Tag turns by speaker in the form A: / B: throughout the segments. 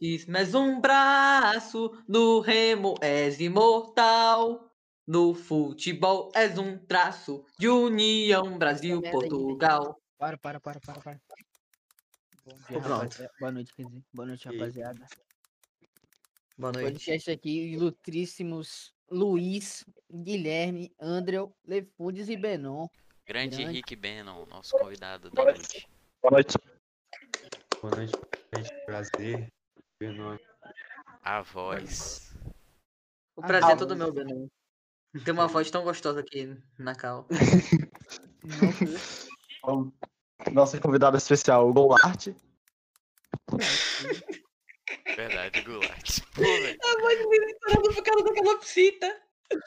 A: diz, mas um braço no remo és imortal. No futebol és um traço de União né? Brasil-Portugal.
B: Para, para, para, para, para. Bom dia,
A: Pronto.
B: rapaziada. Boa noite, quer dizer. Boa noite,
A: E aí?
B: rapaziada.
A: Boa noite.
B: Podcast aqui, ilustríssimos Luiz, Guilherme, Andreu, Lefundes e Benon.
C: Grande
B: Grande.
C: Henrique Bannon, nosso convidado da noite.
D: Boa noite.
E: Boa noite, gente. Prazer. Meu nome
C: A voz.
A: O
B: Ah,
A: prazer é
B: calma.
A: todo meu, Benon. Tem uma voz tão gostosa aqui na cal.
B: Nossa,
D: Nossa convidada especial, o Golart.
C: Verdade, Gulat. Pô, velho.
A: A voz tá me lembrando por causa da calopsita.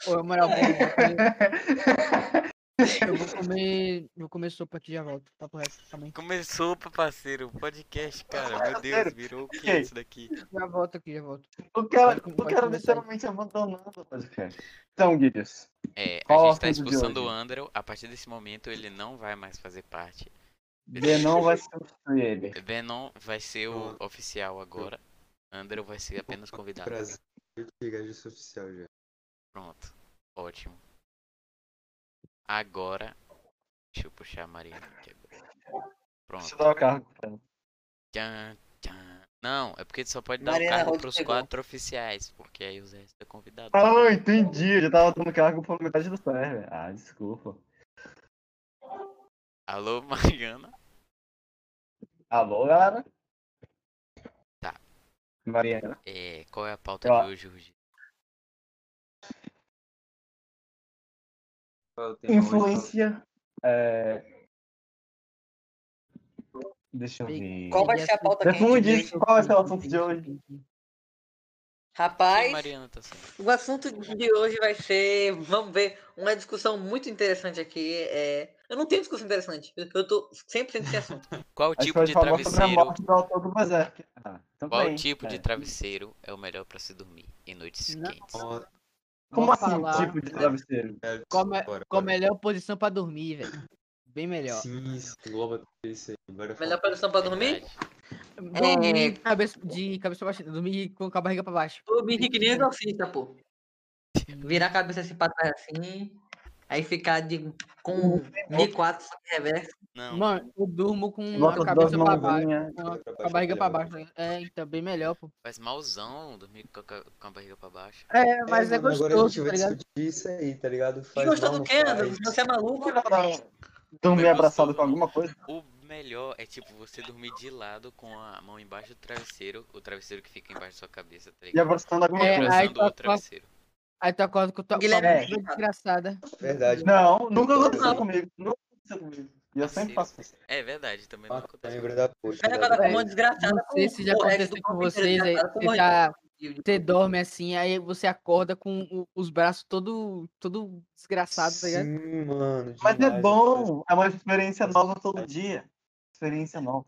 B: Ô, moral, bom, eu vou comer- eu vou comer. Vou comer sopa aqui e já volto. tá Papo reto, calma aí.
C: Começou, parceiro, o podcast, cara. Meu Deus,
D: Sério?
C: virou o que
D: Ei.
C: isso daqui?
B: Já volto aqui, já volto.
D: O
B: Pode
D: cara,
B: com-
D: o
B: pode
D: cara
B: começar aí.
D: literalmente abandonou o podcast. Então, Guilherme.
C: É, a
D: Qual
C: gente tá
D: assunto de
C: expulsando o
D: hoje?
C: Andrew. A partir desse momento, ele não vai mais fazer parte.
D: Benon vai substituir ele.
C: Venom vai ser o
E: Não.
C: oficial agora. Andrew vai ser apenas convidado.
E: Prazer. Eu te ligar disso oficial já.
C: Pronto. Ótimo. Agora. Deixa eu puxar a Mariana aqui agora.
D: Deixa
C: Pronto.
D: eu dar o cargo pra ele.
C: Tchan, tchan. Não, é porque só pode dar o
A: Mariana
C: cargo
A: Rocha
C: pros
A: chegou.
C: quatro oficiais, porque aí o Zé é convidado.
D: Ah, entendi. Ele tava dando cargo por metade do server. Ah, desculpa.
C: Alô, Mariana.
D: Alô, galera?
C: Tá.
D: Mariana.
C: É, qual é a pauta
D: Ó.
C: de hoje, Rudy?
E: um
D: Influência. É... Deixa eu
B: Bem,
D: ver.
A: Qual vai ser a pauta que a gente
D: Lefundes,
A: diz?
B: Isso,
D: qual é o seu
B: isso,
D: assunto de
B: isso,
D: hoje?
B: isso.
C: Sim,
A: Rapaz,
C: Mariana tá sendo.
A: o assunto de hoje vai ser, vamos ver, uma discussão muito interessante aqui. É... Eu não tenho discussão interessante, eu- eu tô 100% sem assunto.
C: Qual
D: A gente
C: tipo
D: vai
C: de
D: falar sobre a
C: travesseiro?
D: morte do autor do Berserk. Ah, então
C: Qual
D: bem,
C: tipo de
D: é.
C: travesseiro é o melhor pra se dormir em noites
B: Não.
C: quentes?
D: Como
B: Vamos
D: assim,
B: falar-
D: tipo de travesseiro?
B: Qual, me... qual melhor posição pra dormir, velho? Bem melhor.
E: Sim, isso engloba tudo isso aí. Bora
A: Melhor
E: falar.
A: posição pra dormir?
C: É Verdade.
B: Dormir de cabeça, de cabeça pra baixo. Dormir com a barriga pra baixo.
A: Eu me ri que nem exorcista, pô. Virar a cabeça assim pra trás assim, aí ficar de, com D4 reverso.
C: Não,
B: Mano, eu durmo com
D: Bota
B: a
D: as duas
B: cabeça pra baixo.
D: mãozinhas.
B: Não,
E: Tá
B: Com a barriga pra
E: né?
B: baixo. É, então, bem melhor, pô.
C: faz malzão dormir com a, com a barriga pra baixo.
B: É, mas é,
E: mano, Agora a gente
B: gostoso,
E: vai
B: tá ligado?
E: discutir isso aí, tá ligado?
A: Que
E: Faz
A: gostou do
E: mal, não
A: quê, André?
E: faz.
A: Você é maluco?
D: Dormir
C: Foi
D: abraçado
C: gostoso.
D: com alguma coisa?
C: O melhor é tipo você dormir de lado com a mão embaixo do travesseiro, o travesseiro que fica embaixo da sua cabeça,
D: E
C: tá ligado?
D: abraçando alguma
B: É,
D: coisa.
B: aí
C: Abraçando
B: tá-
C: o travesseiro.
B: Aí tu acorda com tua com a
A: Guilherme,
B: barriga
A: é.
B: desgraçada.
E: Verdade.
D: Não, nunca aconteceu
A: Não.
D: comigo. Nunca aconteceu comigo. E eu sempre
C: Sim.
D: faço isso.
C: É verdade, também não
E: Ah, tá,
C: acontece.
E: Lembra da poxa.
A: Cara, agora
B: um
A: com uma desgraçada.
B: Não sei se já
A: com o resto
B: aconteceu
A: do
B: com
A: corpo
B: vocês,
A: inteiro tá
B: aí
A: desgraçado,
B: você
A: com
B: já...
A: horrível.
B: Você dorme assim, aí você acorda com o- os braços todo, todo desgraçado, tá ligado?
E: Sim, mano.
D: Mas é
E: demais,
D: bom. É uma experiência nova todo dia. Experiência nova.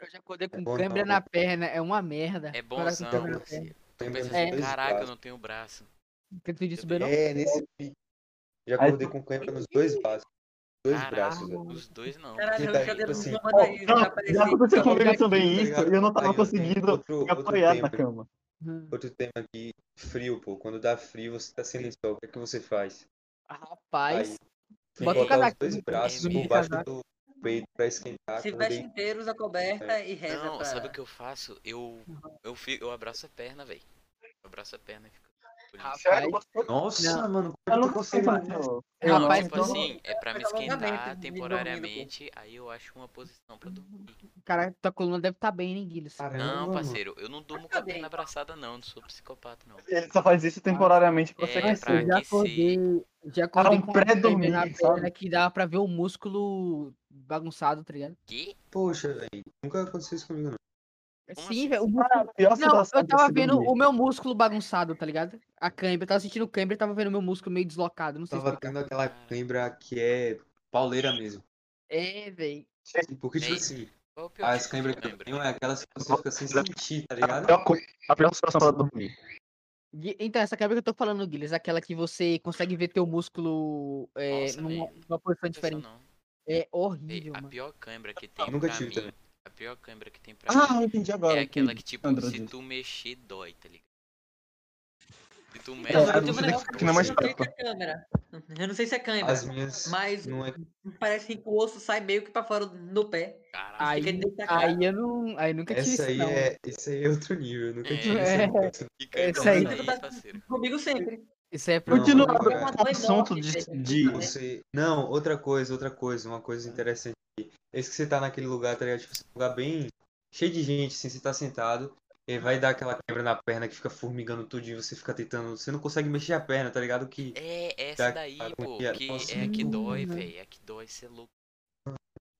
B: Eu já acordei com
E: É bom
B: câimbra
E: não. né?
B: na perna, é uma merda.
C: É
B: Acordar com
C: bonzão,
B: câimbra na perna.
C: parceiro. Tu
E: Lembra
C: pensa
E: dos
C: assim,
E: dois
C: caraca, eu
E: braços.
C: não tenho braço.
B: O que tu disse,
C: Eu
B: Belão?
E: É, nesse pique. Já
D: Aí-
E: acordei com cãibra nos dois braços. Dois
C: Caraca,
E: braços, velho.
C: os dois não.
A: Caralho,
E: Tá,
A: eu
E: tipo
A: já dei
E: assim,
A: uma
D: ó, não,
A: daí, já então,
D: já aconteceu
A: apareceu.
D: comigo também
E: Tá
D: isso
E: ligado?
D: e eu não tava
E: Aí, ó, tem
D: conseguindo
E: outro-
D: me
E: outro
D: apoiar na
E: tempo.
D: cama.
B: Hum.
E: Outro tema aqui, frio, pô. Quando dá frio, você tá sem lençol. O que, é que você faz?
B: Rapaz,
E: Tem
B: Bota o
E: que botar os
B: casaquinho,
E: dois
B: tem que
E: braços
C: dormir
E: por
C: de
E: baixo
B: casaco.
E: do peito pra esquentar.
A: Se
E: quando
A: veste
E: deita.
A: inteiro, usa coberta e reza
C: Não,
A: pra...
C: sabe o que eu faço? Eu, eu, fico, eu abraço a perna, velho. Eu abraço a perna e fico.
B: Rapaz,
D: Sério, você-
E: Nossa,
B: Não.
E: mano.
D: Eu
E: como
D: não
E: que
D: consigo
E: consegue
D: fazer.
B: Eu
C: Não,
B: Rapaz,
C: tipo
B: então-
C: assim, é pra me
A: Faz alongamento
C: esquentar
A: de né? dormindo, pô.
C: temporariamente, aí eu acho uma posição pra dormir.
B: cara, tua coluna deve estar bem, hein, Guilherme?
C: Não,
E: Caramba, É, mano.
C: parceiro, eu não durmo com a
A: Tá bem.
C: perna abraçada, não. Não sou psicopata, não.
D: Ele só faz isso temporariamente pra você
C: É,
D: crescer.
C: pra
B: Eu já
C: aquecer.
B: acordei, já
E: Tá
B: acordei
D: um
B: com uma câimbra
D: pré-dormir,
B: na perna
D: sabe?
B: que dava pra ver o músculo bagunçado, tá ligado?
C: Que?
E: Poxa, velho. Nunca aconteceu isso comigo, não.
C: Como
B: Sim,
C: assim?
B: velho, o músculo
D: Ah, a pior
B: Não,
D: situação
B: eu
D: pra
B: tava
D: se
B: vendo
D: dormir.
B: o meu músculo bagunçado, tá ligado? A câimbra, eu tava sentindo câimbra e tava vendo o meu músculo meio deslocado, não sei é
E: Tava
B: explicar.
E: tendo aquela cãibra que é pauleira mesmo.
B: É, velho.
E: Porque, tipo
C: Bem,
E: assim,
C: Qual é o pior
E: as
C: tipo de
E: cãibras que eu
C: cãibra?
E: tenho é aquelas que você fica sem sentir, tá
D: A
E: ligado?
F: é
D: pior, co- É a pior situação pra dormir.
B: Gui- Então, essa câimbra que eu tô falando, Guilherme, é aquela que você consegue ver teu músculo é,
C: Nossa,
B: numa,
C: velho.
B: numa posição
C: Não aconteceu,
B: diferente.
C: não.
B: É
C: Ei,
B: horrível,
C: a
B: mano.
C: pior câimbra que tem
E: Nunca
C: pra
E: tive
C: mim.
E: também.
C: A A pior câimbra que tem pra mim
F: Ah, eu entendi agora.
C: é aquela que, tipo,
F: Andras
C: se
F: disse.
C: tu mexer, dói, tá ligado? Se tu mexe, tipo,
F: É,
A: Agora
F: a
A: eu tenho
F: não
A: um
F: ser
A: negócio
F: que não é
A: eu
F: mais
A: não sei se
F: fraco.
A: é câmera. Eu não sei se é câmera,
E: As minhas.
A: mas
E: Não é...
A: parece que o osso sai meio que pra fora do pé.
C: caralho.
B: Aí,
A: Fica
C: é
A: destacado.
B: aí eu não. Aí eu nunca tive isso,
E: Essa aí
B: não.
E: é. Isso aí é outro nível. Eu nunca
C: É.
E: tive
B: É.
E: essa
C: que
B: essa
C: câimbra
B: aí-
C: daí, parceiro.
A: Comigo sempre.
B: Isso é pra.
F: Continua
E: Não,
F: com
E: é.
F: o assunto de,
B: É,
F: de-
E: Não sei. Não, outra coisa, outra coisa, uma coisa interessante aqui. Esse que você tá naquele lugar, tá ligado? Tipo, esse lugar bem cheio de gente, assim, você tá sentado, e vai dar aquela quebra na perna que fica formigando tudo e você fica tentando. Você não consegue mexer a perna, tá ligado? Que.
C: É, essa
E: Da-
C: daí,
E: da-
C: pô,
E: da-
C: que
E: Nossa,
C: é a que
B: não,
C: dói,
B: né?
C: velho. É a que dói, cê é louco.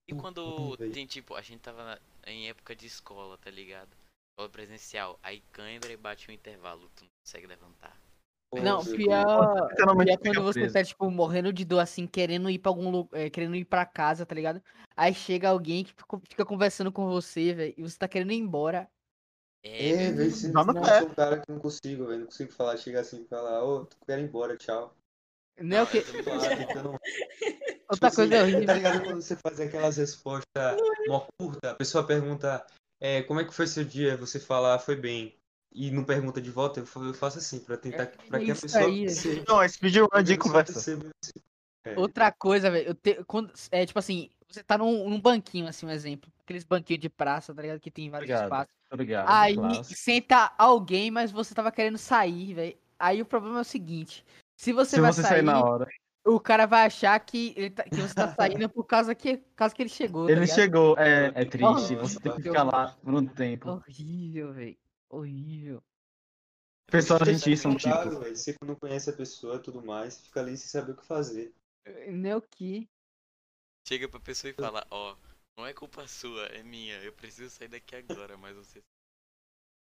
C: E quando
E: velho.
C: tem, tipo, a gente tava na- em época de escola, tá ligado? Escola presencial, aí câimbra e bate um intervalo, tu não consegue levantar.
B: É, Não,
E: Nossa,
B: pior. E
F: Literalmente
B: é quando
F: fica
B: você
F: preso.
B: tá, tipo, morrendo de dor, assim, querendo ir pra algum lugar, querendo ir pra casa, tá ligado? Aí chega alguém que fica- fica conversando com você, velho, e você tá querendo ir embora.
C: É,
E: É, velho, você
F: Dá
E: não
F: no
E: é um cara que não consigo, velho. Não consigo falar, chega assim e falar, ô, tu quero ir embora, tchau.
B: Não é o que.
E: Eu "Ah, tô lá tentando
B: Outra
E: Tipo assim,
B: coisa é horrível.
E: Tá ligado quando você faz aquelas respostas mó curta, a pessoa pergunta é, como é que foi seu dia? Você fala, "Ah, foi bem. E não pergunta de volta, eu fa- eu faço assim, pra tentar pra que a
B: É, isso
E: pessoa
B: aí,
E: perceba-
F: Não, esse vídeo é
E: a
F: uma de
E: pessoa
F: conversa.
E: perceba assim. É,
B: Outra coisa, velho, eu te- quando- é tipo assim, você tá num, num banquinho, assim, um exemplo. Aqueles banquinhos de praça, tá ligado? Que tem vários
F: Obrigado.
B: espaços.
F: Obrigado.
B: Aí
F: clássico.
B: senta alguém, mas você tava querendo sair, velho. Aí o problema é o seguinte: se você
F: Se
B: vai
F: você
B: sair,
F: sair na hora.
B: o cara vai achar que, ele tá- que você tá saindo por causa que, por causa que ele chegou. tá
F: Ele
B: ligado?
F: chegou, é, é triste,
E: Nossa,
F: você tem que
B: que
F: ficar
B: horror.
F: lá por um tempo.
B: Horrível, velho. Horrível.
F: Pessoal
E: você
F: gentil são
E: tá incomodado,
F: tipo.
E: velho, Você não conhece a pessoa e tudo mais, você fica ali sem saber o que fazer.
B: Não é o que.
C: chega pra pessoa e fala, ó, não é culpa sua, é minha, eu preciso sair daqui agora, mas você...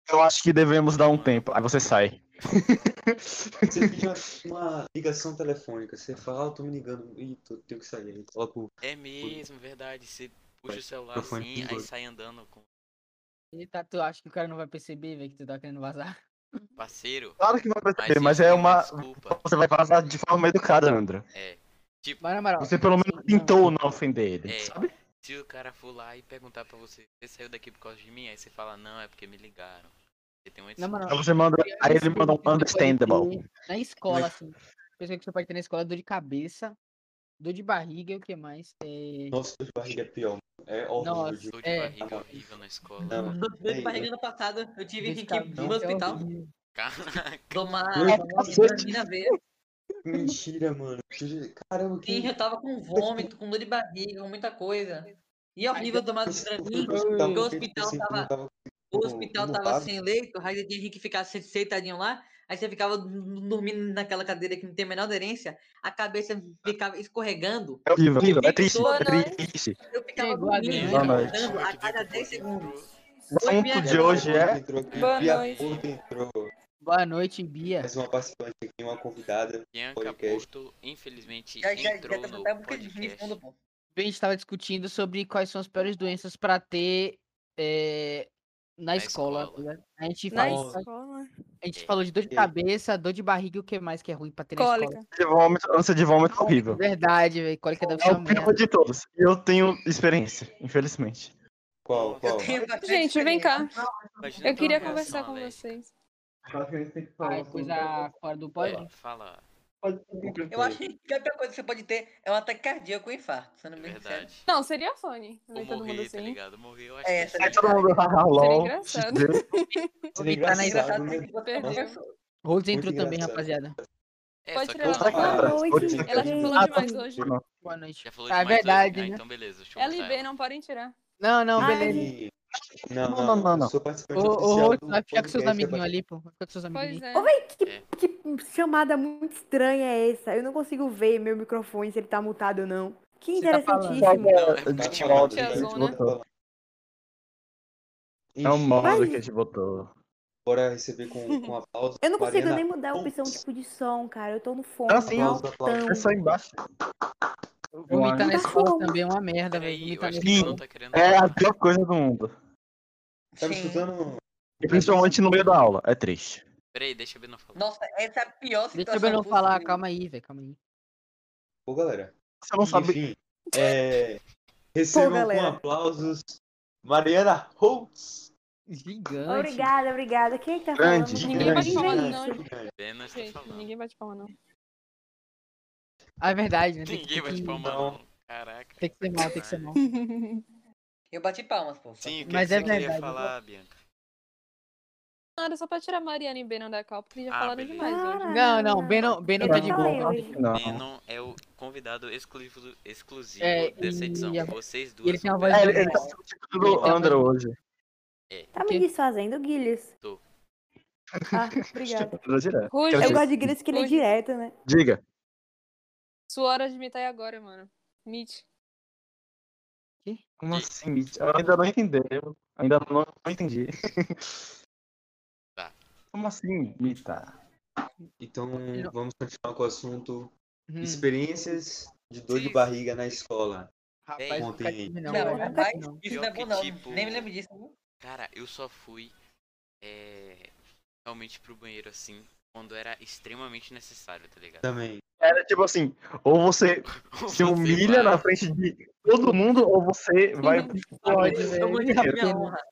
F: Eu acho que devemos dar um tempo. Aí você sai.
E: Você pede uma, uma ligação telefônica, você fala, ah, eu tô me ligando, ih, tô, tenho que sair. Aí coloca o
C: É mesmo, verdade, você puxa o celular
E: Eu fui
C: assim, aí
E: embora.
C: sai andando com
B: Ele tá, tu acha que o cara não vai perceber, velho, que tu tá querendo vazar?
C: parceiro,
F: Claro que vai perceber,
C: mas,
F: mas
C: ele
F: é
C: tem
F: uma.
C: desculpa.
F: Você vai vazar de forma educada, Andra.
C: Tipo,
B: Mas na moral.
F: Você pelo menos né?
B: assim, não.
F: tentou não ofender ele,
C: É.
F: sabe?
C: Se o cara for lá e perguntar pra você, você saiu daqui por causa de mim? Aí você fala, não, é porque me ligaram. Você tem uma
B: Na
C: desculpa.
B: moral.
F: Aí você manda.
B: pior
F: Aí ele
B: desculpa
F: manda
B: que você
F: um
B: pode
F: understandable.
B: ter Na escola, assim. Pessoa que você pode ter na escola, dor de cabeça, dor de barriga e o que mais? É...
E: nosso de barriga é pior. É horrível
B: Nossa.
E: de
C: Dor de
B: É.
C: barriga horrível na escola.
E: Não.
A: Dor dor de
E: Ei,
A: barriga ano passado, eu
B: dor
A: tive que
B: de
A: ir no
B: cabeça,
A: hospital
B: horrível.
C: Caraca,
A: tomar
E: Dor de
A: vitamina V.
E: Mentira, mano. Caramba, que.
A: Sim, assim, eu tava com vômito, com dor de barriga, com muita coisa. E é ao
B: Ai,
A: nível do
E: Eu
A: Madranguinho,
E: fui pro hospital
A: porque o
E: porque, tipo,
A: hospital
E: assim,
A: tava-
E: não tava
A: o
E: com-
A: hospital
E: não
A: tava
E: tava.
A: sem leito, aí você tinha que ficar se- sentadinho lá, aí você ficava n- dormindo naquela cadeira que não tem a menor aderência, a cabeça ficava escorregando.
F: É horrível, horrível, é
A: Boa
F: triste, é
B: né?
A: noite.
F: triste.
A: Eu ficava
B: Chegou a
A: dormindo,
B: aderência.
F: Boa
A: ficava
F: noite.
A: andando a
C: Sorte,
A: cada
C: Vitor,
A: 10
C: que
A: segundos.
C: entrou.
F: O assunto de hoje é.
E: Entrou aqui,
G: Boa
E: Bia
G: noite.
E: Porto entrou.
B: Boa noite, Bia.
E: Mais uma participante aqui, uma convidada.
C: Bianca
E: Podcast.
C: Porto, infelizmente,
A: Já, já, já
C: entrou
A: tava
C: no
A: até um bocadinho de
C: podcast.
A: fundo, pô.
B: A gente tava discutindo sobre quais são as piores doenças pra ter é, na,
C: Na
B: escola.
C: escola.
B: tá ligado? A gente,
G: Na
B: falou,
G: escola.
B: a gente
C: É.
B: falou de dor de
E: E aí?
B: cabeça, dor de barriga e o que mais que é ruim pra ter na
G: Cólica.
B: escola.
F: De vômito, ânsia de vômito é horrível.
B: Verdade, velho. Cólica deve ser
F: É
B: uma
F: o
B: merda.
F: pior de todos. E eu tenho experiência, infelizmente.
E: Qual?
A: Eu
E: Qual?
A: tenho bastante
G: Gente, vem cá.
A: experiência.
C: Imagina
G: Eu
C: tua
G: queria
C: reação, né?
G: conversar com
C: Alex.
G: vocês.
B: Ai, coisa fora do pó.
C: É, fala,
A: Eu acho que a pior coisa que você pode ter é um ataque cardíaco com infarto, sendo
C: é
A: bem sincero.
C: verdade.
G: Não, seria funny. Não
C: Ou
G: é todo mundo
C: morrer, tá
G: assim.
C: ligado? Morrer, eu acho
A: É,
C: que
A: tá
F: Aí
C: sim.
F: todo mundo vai ah, lol.
G: engraçado.
F: Deus.
E: Seria
B: Tá na
E: engraçado, né?
G: Perdeu.
B: Rose
E: Muito
B: entrou também,
E: engraçado.
B: rapaziada.
C: É,
G: Pode
C: só que ela
G: tirar
C: não
G: ela. Boa
C: fala.
G: noite.
E: Pode
G: Ela
E: tirar.
G: já falou
F: Ah,
H: tá.
G: demais
F: tô-
G: hoje.
B: Boa noite.
C: Já falou
B: Tá, é
C: demais hoje.
B: verdade,
C: Ah,
B: né?
C: então beleza, deixa eu
G: Ela
C: mutar
G: e B não podem tirar.
B: Não, não,
G: Ai,
B: beleza.
E: E- Não,
F: Não,
E: não,
F: não,
E: não,
F: não, não.
E: Sou participante
B: Ô, ô,
E: oficial
B: Rose,
E: do
B: vai ficar com seus
E: podcast,
B: amiguinhos
E: é
B: ali, pô. Vai ficar com seus
G: Pois
B: amiguinhos.
G: é.
H: Que chamada muito estranha é essa? Eu não consigo ver meu microfone se ele tá mutado ou não. Que
B: Você tá falando.
H: interessantíssimo.
C: é
E: pra-
F: De
C: Tá,
F: modo que
G: tá,
F: a gente
G: tá,
F: botou.
E: Enfim,
F: É um modo
H: Mas-
F: que a gente botou.
E: Bora receber com, com aplauso.
H: Eu não consigo
E: Mariana
H: nem mudar a opção
E: Pontes.
H: tipo de som, cara. Eu tô no fone.
F: Não, Ah, sim,
H: no
F: eu-
H: altão.
F: É só embaixo.
B: Vomitar na
H: Tá
B: escola
H: bom.
B: também é uma merda, velho.
C: Peraí, eu
B: Vomitar na
C: acho que ela
B: escola.
C: não tá querendo
F: É a
C: falar.
F: pior coisa do mundo.
E: Tá me
A: Sim.
E: escutando?
F: E principalmente no meio da aula. É triste.
C: Peraí, deixa eu ver não falar.
A: Nossa, essa é a pior
B: Deixa
C: tá
A: situação.
B: eu ver não falar,
A: possível.
B: calma aí, velho, calma aí.
E: Ô, galera.
F: Você não sabe.
E: Enfim, é, recebam com
H: galera.
E: aplausos Mariana Holtz.
B: Gigante.
H: Obrigada, obrigada. Quem é que tá falando?
F: Grande,
G: Ninguém vai te
F: grande,
G: falar,
H: Ninguém
G: não,
H: vê
G: gente.
H: isso.
C: Pena está
G: Gente,
C: falando.
G: ninguém vai te falar, não.
B: Ah, é verdade, né? Tem que-
C: Ninguém vai te
B: tem que-
C: palmar,
E: Não.
C: não. Caraca.
B: Tem que ser mal, tem que ser mal.
A: Eu bati palmas, pô.
C: Sim, o que,
B: Mas
C: que
B: é
C: você queria
B: verdade,
C: falar, Bianca?
G: Não, era só pra tirar a Mariana e Beno da cal, porque já
C: Ah,
G: falaram
C: beleza.
G: demais hoje.
H: Ah,
B: Não, não, Ben não, ben não tá
H: eu
B: de
H: já falei
B: boa.
H: hoje.
F: Não.
C: Menon é o convidado exclusivo, do- exclusivo
B: É,
C: dessa
B: e
C: edição.
B: a-
C: Vocês
B: ele
C: duas
B: tem uma
C: são
B: voz
F: É,
C: péssimas.
F: ele, ele tá substituindo o André hoje.
H: Tá
B: Quê?
H: me desfazendo, Guilherme.
C: Tô.
H: Ah, obrigada.
F: Substituindo direto.
G: Ruge,
F: Eu
H: Eu
F: sei.
H: gosto de Guilherme que ele é
G: Hoje-
H: direto, né?
F: Diga.
G: Sua hora de imitar é agora, mano. Meet.
F: Como assim, Mitch? Eu ainda não entendeu. Ainda não, não entendi.
C: Tá.
F: Como assim, Mita?
E: Então,
B: Ele não-
E: vamos continuar com o assunto.
B: Hum,
E: Experiências de dor de
C: Sim.
E: barriga na escola.
B: rapaz, não
E: Ontem-
B: cai em mim, não.
A: Não,
B: velho.
A: mas
B: Não.
A: isso
C: Pior
A: não é
C: que,
A: bom, não.
C: tipo,
A: Nem me lembro disso. viu?
C: Cara, eu só fui é, realmente pro banheiro assim quando era extremamente necessário, tá ligado?
E: Também.
F: Era tipo assim, ou você
C: Você
F: se humilha
C: vai-
F: na frente de todo mundo, ou você vai pro
B: Pode,
A: Eu
B: velho.
A: mantive minha
B: Pena.
A: honra.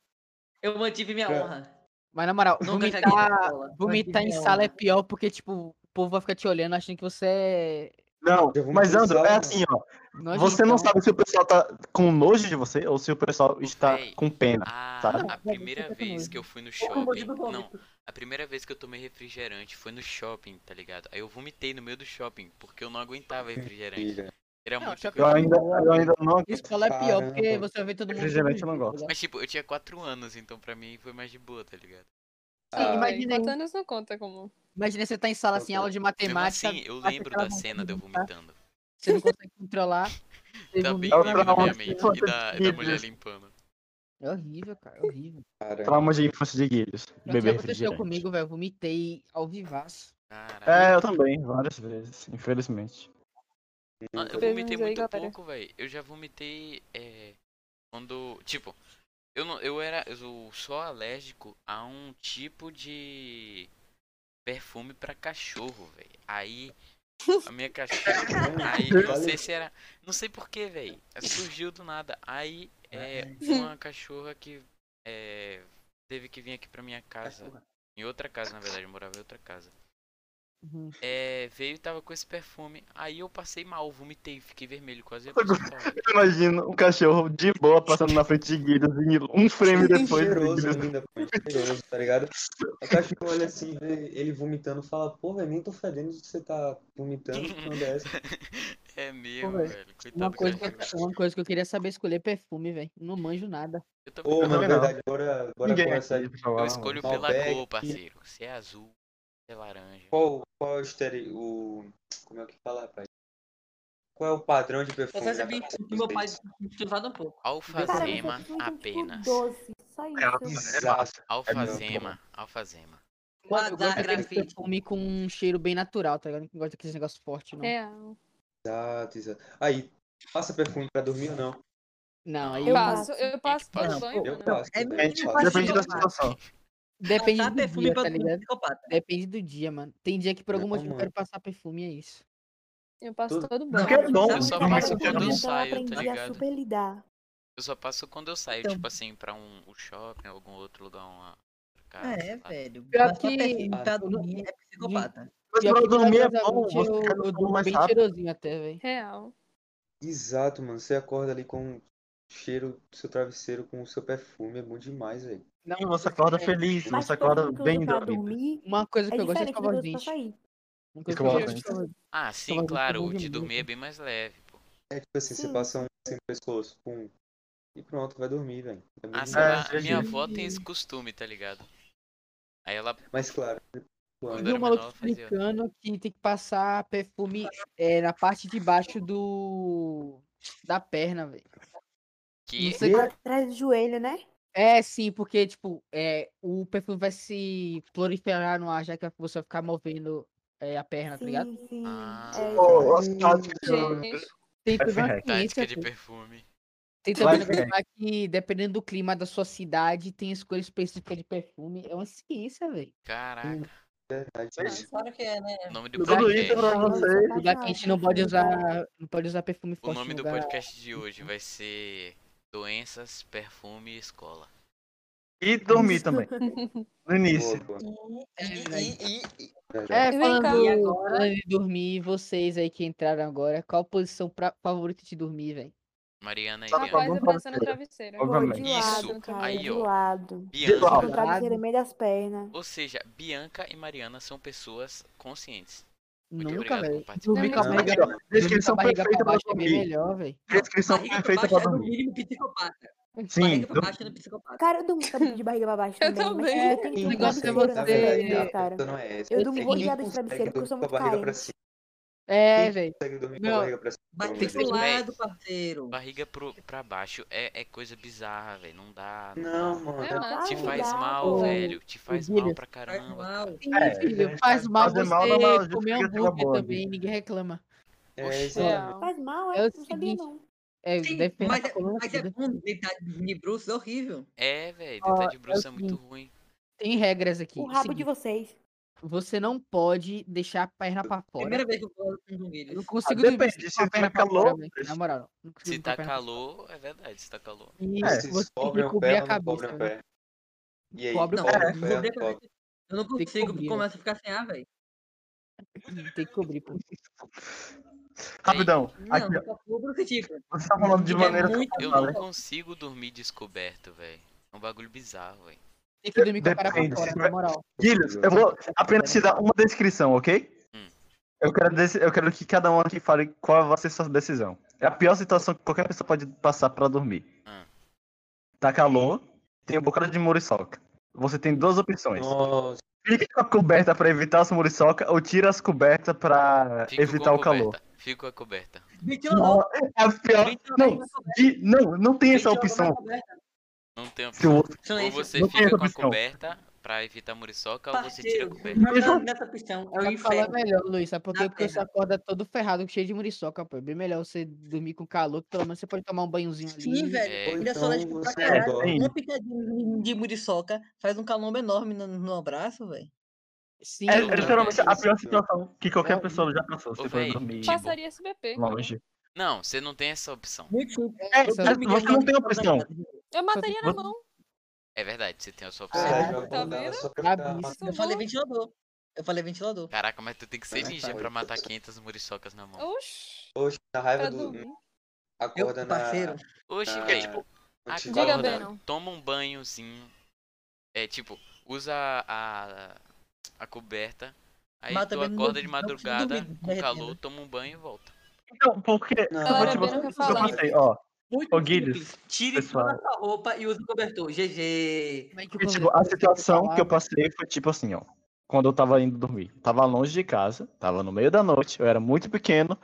A: Eu mantive minha
E: É.
A: honra.
B: Mas na moral,
A: Nunca caguei na
B: vomitar,
A: escola.
B: vomitar em
A: Mantive minha
B: sala é
A: honra.
B: pior porque, tipo, o povo vai ficar te olhando achando que você é.
F: Não,
E: Já vamos
F: mas
E: pro
F: Andro, é
E: saldo.
F: assim, ó.
B: nojento,
F: Você não
B: né?
F: sabe se o pessoal tá com nojo de você ou se o pessoal está
C: véi,
F: com pena.
C: Ah,
F: sabe?
C: a primeira vez que eu fui no
A: Eu morri
C: shopping.
A: do
C: Não,
A: vômito.
C: a primeira vez que eu tomei refrigerante foi no shopping, tá ligado? Aí eu vomitei no meio do shopping porque eu não aguentava refrigerante.
E: Mentira.
C: Era
B: Não,
C: muito
B: shopping-
F: Eu
C: coisa.
F: ainda, eu ainda não.
B: Escola é pior porque
E: Caramba.
B: você vai ver todo mundo.
F: Refrigerante eu não
B: junto, tá
F: gosto.
B: ligado?
C: Mas tipo, eu tinha 4 anos, então pra mim foi mais de boa, tá ligado?
G: Sim,
E: Ah,
B: imagina
G: imagina.
B: aí.
G: Quatro anos não conta como.
B: Imagina você tá em sala assim,
E: Ok.
B: aula de
C: Então Mesmo
B: matemática,
C: assim, eu
B: bate
C: lembro
B: aquela
C: da cena de eu
B: vontade
C: vomitando.
B: você não consegue controlar. um você
C: Tá bem
B: vomita,
F: eu
C: lembro da
F: trauma
C: minha
F: de
C: mente
F: infância
C: e da, e da
F: de
C: mulher
F: filhos.
C: limpando.
B: É horrível, cara, é horrível.
E: cara.
F: Trauma de infância de guilhos.
B: Pronto, já
F: Beber
B: aconteceu
F: refrigerante.
B: comigo, velho, eu vomitei ao vivaço.
C: Caralho.
F: É, eu também, várias vezes, infelizmente.
C: Ah, Eu
G: Beijos
C: vomitei
G: aí,
C: muito
G: galera.
C: pouco, velho. Eu já vomitei é, quando. Tipo, eu não. Eu era. Eu sou alérgico a um tipo de perfume pra cachorro, velho. Aí. A minha cachorra. aí eu não sei se era. Não sei porquê, velho. Surgiu do nada. Aí é, uma cachorra que é, teve que vir aqui pra minha casa.
A: Cachorra.
C: Em outra casa, na verdade, eu morava em outra casa.
B: Uhum.
C: É, veio e tava com esse perfume. Aí eu passei mal, vomitei, fiquei vermelho, quase ia pro
F: Agora-
C: hospital. velho.
F: Eu imagino um cachorro de boa passando na frente de guilhos e um frame depois.
E: cheiroso né?
F: Guilhos-
E: ainda, pô, cheiroso, tá ligado? A cachorro olha assim, vê ele vomitando, fala, pô, velho, nem tô fedendo que você tá vomitando, que onda é essa?
C: É mesmo,
B: Pô, velho,
C: velho. Coitado
B: Uma
C: do
B: coisa, que
C: cachorro.
B: eu, uma coisa que eu queria saber é escolher perfume, velho. Não manjo nada.
C: Eu também
E: Ô,
C: não.
E: mano,
F: também
E: na
F: não.
E: verdade, bora, bora
F: Ninguém
E: conversar
F: aqui "Ah,
E: de
F: pra falar,
C: Eu
F: mano.
C: escolho
E: Malbec,
C: pela cor,
E: que-
C: parceiro. Se é azul, se é laranja.
E: qual, qual é o estere... o... como é que fala, rapaz? Qual é o padrão de
A: Eu
E: perfume
A: só
E: na
A: sabia
E: cabeça
A: que
E: de
A: meu pai
E: vocês?
A: tinha usado um pouco.
H: Cara,
C: Alfazema
H: vocês são, tipo,
C: apenas.
H: doce, só isso.
E: Exato.
C: Alfazema, alfazema.
B: Mano, eu gosto
A: Guardar
B: daquele
A: grafite.
B: perfume com um cheiro bem natural, tá ligado? Não gosto daqueles negócios fortes, não.
G: É.
E: Exato, exato. Aí, passa perfume pra dormir ou não?
B: Não, aí
G: Eu
H: passo.
G: passo, eu passo
C: Não,
G: pelo banho,
E: Eu
G: mano.
E: passo.
A: É
E: velho,
A: bem fácil.
E: eu passo.
F: Depende da
A: Não, não.
F: situação.
B: depende
A: Passar
B: do
A: perfume
B: dia,
A: pra
B: tá
A: todo
B: ligado?
A: psicopata.
B: Depende do dia, mano. Tem dia que por algum
E: Não,
B: motivo eu
E: mano.
B: quero passar perfume, é isso.
G: Eu passo
E: Tudo-
G: todo
F: Não,
G: banho.
F: que é bom.
A: Eu
C: só
F: mas-
C: passo quando eu
H: Então,
C: saio, tá
H: aprendi a
C: ligado?
H: super lidar.
C: Eu só passo quando eu saio,
B: Então.
C: tipo assim, pra um, um shopping, algum outro lugar, uma outra casa.
A: É,
C: sei lá.
A: velho.
B: Pior
A: Passar
B: que-
A: perfume pra
B: Ah, não.
A: dormir é psicopata.
F: Mas
B: Pior
F: pra
B: que
F: dormir é bom,
B: milagrosamente
F: você
B: eu, eu
F: fica
B: durmo
F: mais
B: bem
F: rápido.
B: cheirosinho até, velho.
G: Real.
E: Exato, mano. Você acorda ali com o cheiro do seu travesseiro, com o seu perfume. É bom demais, velho.
B: Não,
F: E você acorda feliz,
H: Mas
F: você
H: todo
F: acorda
H: mundo que usa
F: bem
H: pra
F: dormido.
H: dormir
B: É. Uma coisa
H: é
B: que eu gosto é
H: diferente
B: escovar
H: do
B: os
H: doce pra
B: dentes.
H: sair.
B: Uma coisa que
F: Escovar
B: eu gosto
F: os
B: é
F: dentes.
B: escovar os dentes.
C: Ah, sim,
B: Tava
C: claro, o
B: dormindo
C: de
B: muito.
C: dormir é bem mais leve, pô.
E: É tipo assim, você
H: Sim.
E: passa um assim no pescoço, pum, e pronto, vai dormir, velho. É bom
C: Ah, sei
E: demais.
C: lá,
F: É,
C: minha
F: sim.
C: avó tem esse costume, tá ligado? Aí ela.
E: Mas claro, é
C: Quando
B: Vi
C: era
B: um maluco
C: menor, fazia.
B: explicando que tem que passar perfume é, na parte de baixo do. da perna, velho.
C: Que
B: Não sei-
H: Atrás do joelho, né?
B: É, sim, porque, tipo, é, o perfume vai se proliferar no ar, já que você vai ficar movendo é, a perna, tá ligado?
H: Sim, sim.
C: Ah.
H: É,
F: Pô, as táticas do-
G: Gente,
B: Tem toda uma
F: Perfeito.
B: ciência,
C: tática de
B: pô.
C: perfume.
B: Tem
F: Vai
B: também
F: ver.
B: lembrar que, dependendo do clima da sua cidade, tem escolha específica de perfume. É uma ciência, velho.
C: Caraca.
E: é verdade.
F: Vocês-
A: Claro que é, né?
C: O nome do
F: Tudo isso
C: podcast.
F: é pra você.
H: Vai
B: Lugar que
H: lá,
B: a gente não pode
H: perfume,
B: usar, não pode usar perfume
C: O
B: forte. em
C: nome do
B: lugar-
C: podcast de hoje vai ser Doenças, perfume e escola.
F: E dormir também. No início.
E: Boa, boa.
B: É,
G: E vem cá.
B: falando agora de dormir, vocês aí que entraram agora, qual a posição pra, favorita de dormir, velho?
C: Mariana e
F: Tá
C: Ian.
G: Rapaz,
F: bom,
G: eu pareço no
F: professor.
G: travesseiro.
F: Obviamente.
H: De lado,
C: Isso,
H: cara,
C: aí,
H: de
C: ó.
H: lado.
F: Eduardo.
C: Bianca.
H: Com o travesseiro no meio das pernas.
C: Ou seja, Bianca e Mariana são pessoas conscientes. Muito
B: Nunca,
C: obrigado
B: velho.
C: por participar.
B: Dormir com a
E: Não,
B: barriga,
F: Aqui, ó,
B: dormir com a
F: Descrição
B: barriga pra
F: perfeita pra
B: baixo é bem
F: dormir.
B: melhor, velho.
F: Descrição
A: Barriga pra
F: perfeita pra
A: baixo é no
F: dormir.
A: mínimo psicopata.
F: Sim.
A: Barriga pra baixo é no psicopata.
H: Cara, eu durmo com- de barriga pra baixo
G: Eu
H: também. mas
G: também.
H: tem
E: Quem
H: que ter um
B: Igual
H: uma
B: se
E: consegue, na
H: segurança
B: você-
H: pra
E: verdade,
H: isso,
E: a
H: né, cara.
E: pergunta não é essa.
H: Eu
E: É
H: durmo
E: quem
H: rodeada de
E: consegue
H: travesseiro porque eu sou
E: dormir
H: muito
E: com a barriga pra
H: carente.
E: cima,
B: É,
E: Quem
B: velho.
E: consegue dormir com
B: Não.
E: a barriga pra cima.
A: Mas
E: Não,
A: tem pro
E: velho.
A: lado, parceiro.
C: Barriga pro, pra baixo é, é coisa bizarra, velho. Não dá.
E: Não,
C: dá.
E: mano.
G: É, mano.
C: Te
H: Ai,
C: faz
H: dá,
C: mal,
H: pô.
C: velho. Te faz mal
B: Guilherme,
C: pra
A: Faz
C: caramba.
A: mal.
B: Sim,
E: É,
B: filho,
E: é,
B: faz mal você
F: fazer mal dá uma
B: comer
F: justificativa
B: hambúrguer
F: boa,
B: também, ninguém reclama.
E: É, isso aí.
G: Real.
H: Faz mal,
B: É
H: é?
B: o
H: Eu não sabia,
B: seguinte,
H: não.
B: É,
A: Sim,
B: deve ferrar
A: mas
B: com a
A: é-
B: coluna
A: Mas é
B: toda.
A: bom deitar de bruxos, é horrível.
C: É, velho.
B: Ó,
C: Tentar de bruxa é
B: assim,
C: muito ruim.
B: Tem regras aqui.
H: O rabo de
B: seguinte,
H: vocês.
B: você não pode deixar a perna pra fora.
A: Primeira vez que eu falo com
B: Eu não
A: Guilherme.
B: consigo
F: Ah,
B: dormir
F: depende,
B: com
F: se
B: a
F: tiver
B: perna pra
F: calor,
B: fora, velho. Na
F: deixa.
B: moral, não, não consigo
C: Se
B: dormir com a perna
C: tá
B: pra fora.
C: calor, é verdade. Se tá calor.
B: E
F: É,
E: Se
B: você tem
E: cobre
B: que
E: um
B: cobrir
E: pé
B: a
E: ou não cobre
B: cabeça, né?
E: um pé. E aí,
B: Cobre
E: cobre
B: o
E: o
A: pé.
E: pé,
A: Sobre a
E: cobre.
A: cabeça, Eu não
B: que
A: consigo,
B: cobrir, né?
A: começa a ficar sem ar, velho.
B: Tem que cobrir, pô.
F: Rapidão. Aqui,
A: Não, tá tudo que tipo.
F: ó. Você tá falando de
A: É
F: maneira.
A: muito-
C: Eu
F: Tá,
C: não
F: né?
C: consigo dormir descoberto, velho. É um bagulho bizarro, velho.
B: Tem que dormir com a perna pra
F: Depende,
B: fora,
F: se
B: na
F: vai-
B: moral.
F: Guilherme, eu vou apenas te dar uma descrição, ok?
C: Hum.
F: Eu quero, dec- eu quero que cada um aqui fale qual vai ser sua decisão. É a pior situação que qualquer pessoa pode passar pra dormir.
C: Hum.
F: Tá calor, tem um bocado de muriçoca. Você tem duas opções.
E: Nossa,
F: Fica com a coberta pra evitar as muriçoca ou tira as cobertas pra
C: Fico
F: evitar
C: com a
F: o calor.
C: coberta. Fico com a coberta.
A: Ventilador.
F: É a pior.
A: ventilador
F: Não,
A: na coberta,
F: Gui, não, não tem essa
A: ventilador na
F: opção.
A: coberta.
C: Não tem
F: Se o-
C: Ou
A: Silêncio.
C: você
F: Não tem
C: fica
F: essa
C: com a
F: opção.
C: coberta pra evitar muriçoca, ou Então você tira a
A: Parceiro,
C: coberta.
A: não tá nessa opção, é o
B: Pra falar
A: inferno.
B: melhor, Luiz, sabe por quê?
A: Na
B: Porque você
A: perna.
B: acorda todo ferrado, cheio de muriçoca, pô. É bem melhor você dormir com calor, que pelo menos você pode tomar um banhozinho ali.
A: Sim, velho.
C: É,
A: Ainda
E: então
A: só lésbico pra
E: você
A: caralho.
E: adora.
A: Uma picadinha de muriçoca faz um calombo enorme no, no abraço, velho.
B: Sim,
F: É
B: mano.
F: literalmente a pior situação que qualquer
B: Não.
F: pessoa já passou.
C: Ô,
F: Você
C: véi,
F: pode dormir
C: tipo,
G: Passaria SBP. cara.
F: longe.
C: Não, você não tem essa opção.
A: Muito chulo.
F: É, né?
B: Essa-
F: mas você não tem opção.
G: Eu mataria na
F: Você-
G: mão.
C: É verdade, você tem a sua opção.
E: Caralho,
B: tá
E: eu vou dar
G: vendo?
E: só pra ficar-
B: Sabe isso?
G: Isso
A: Eu falei
G: bom.
A: ventilador. Eu falei ventilador.
C: Caraca, mas tu tem que ser
E: Mas
C: ninja
E: tá,
C: pra
E: eu-
C: matar 500 muriçocas na mão.
G: Oxi.
E: Oxe, na
G: Pra
E: raiva do.
G: dormir.
A: Eu,
E: Acorda na.
A: parceiro.
C: Oxi,
E: na-
C: velho.
E: no
C: acorda,
E: tijolo.
G: Diga, Breno.
C: Toma um banhozinho. É, tipo, usa a, a coberta. Aí
A: Mas
C: tu
A: também não-
C: acorda de
A: não consigo
C: madrugada,
A: dormir,
C: com
A: derretendo.
C: calor, toma um banho e volta.
F: Então, porque.
E: Não,
F: eu vou te
G: Galera,
F: mostrar
G: Breno quer
F: o que eu
G: falar.
F: passei, ó.
A: Muito
F: Ô, Guilherme,
A: simples. Tire
F: pessoal.
A: toda a sua roupa e use o cobertor. GG.
B: Como é que o
F: E, tipo,
B: convidado
F: a
B: tem
F: situação
B: falar,
F: que eu passei foi tipo assim, ó. Quando eu tava indo dormir. Tava longe de casa, tava no meio da noite, eu era muito pequeno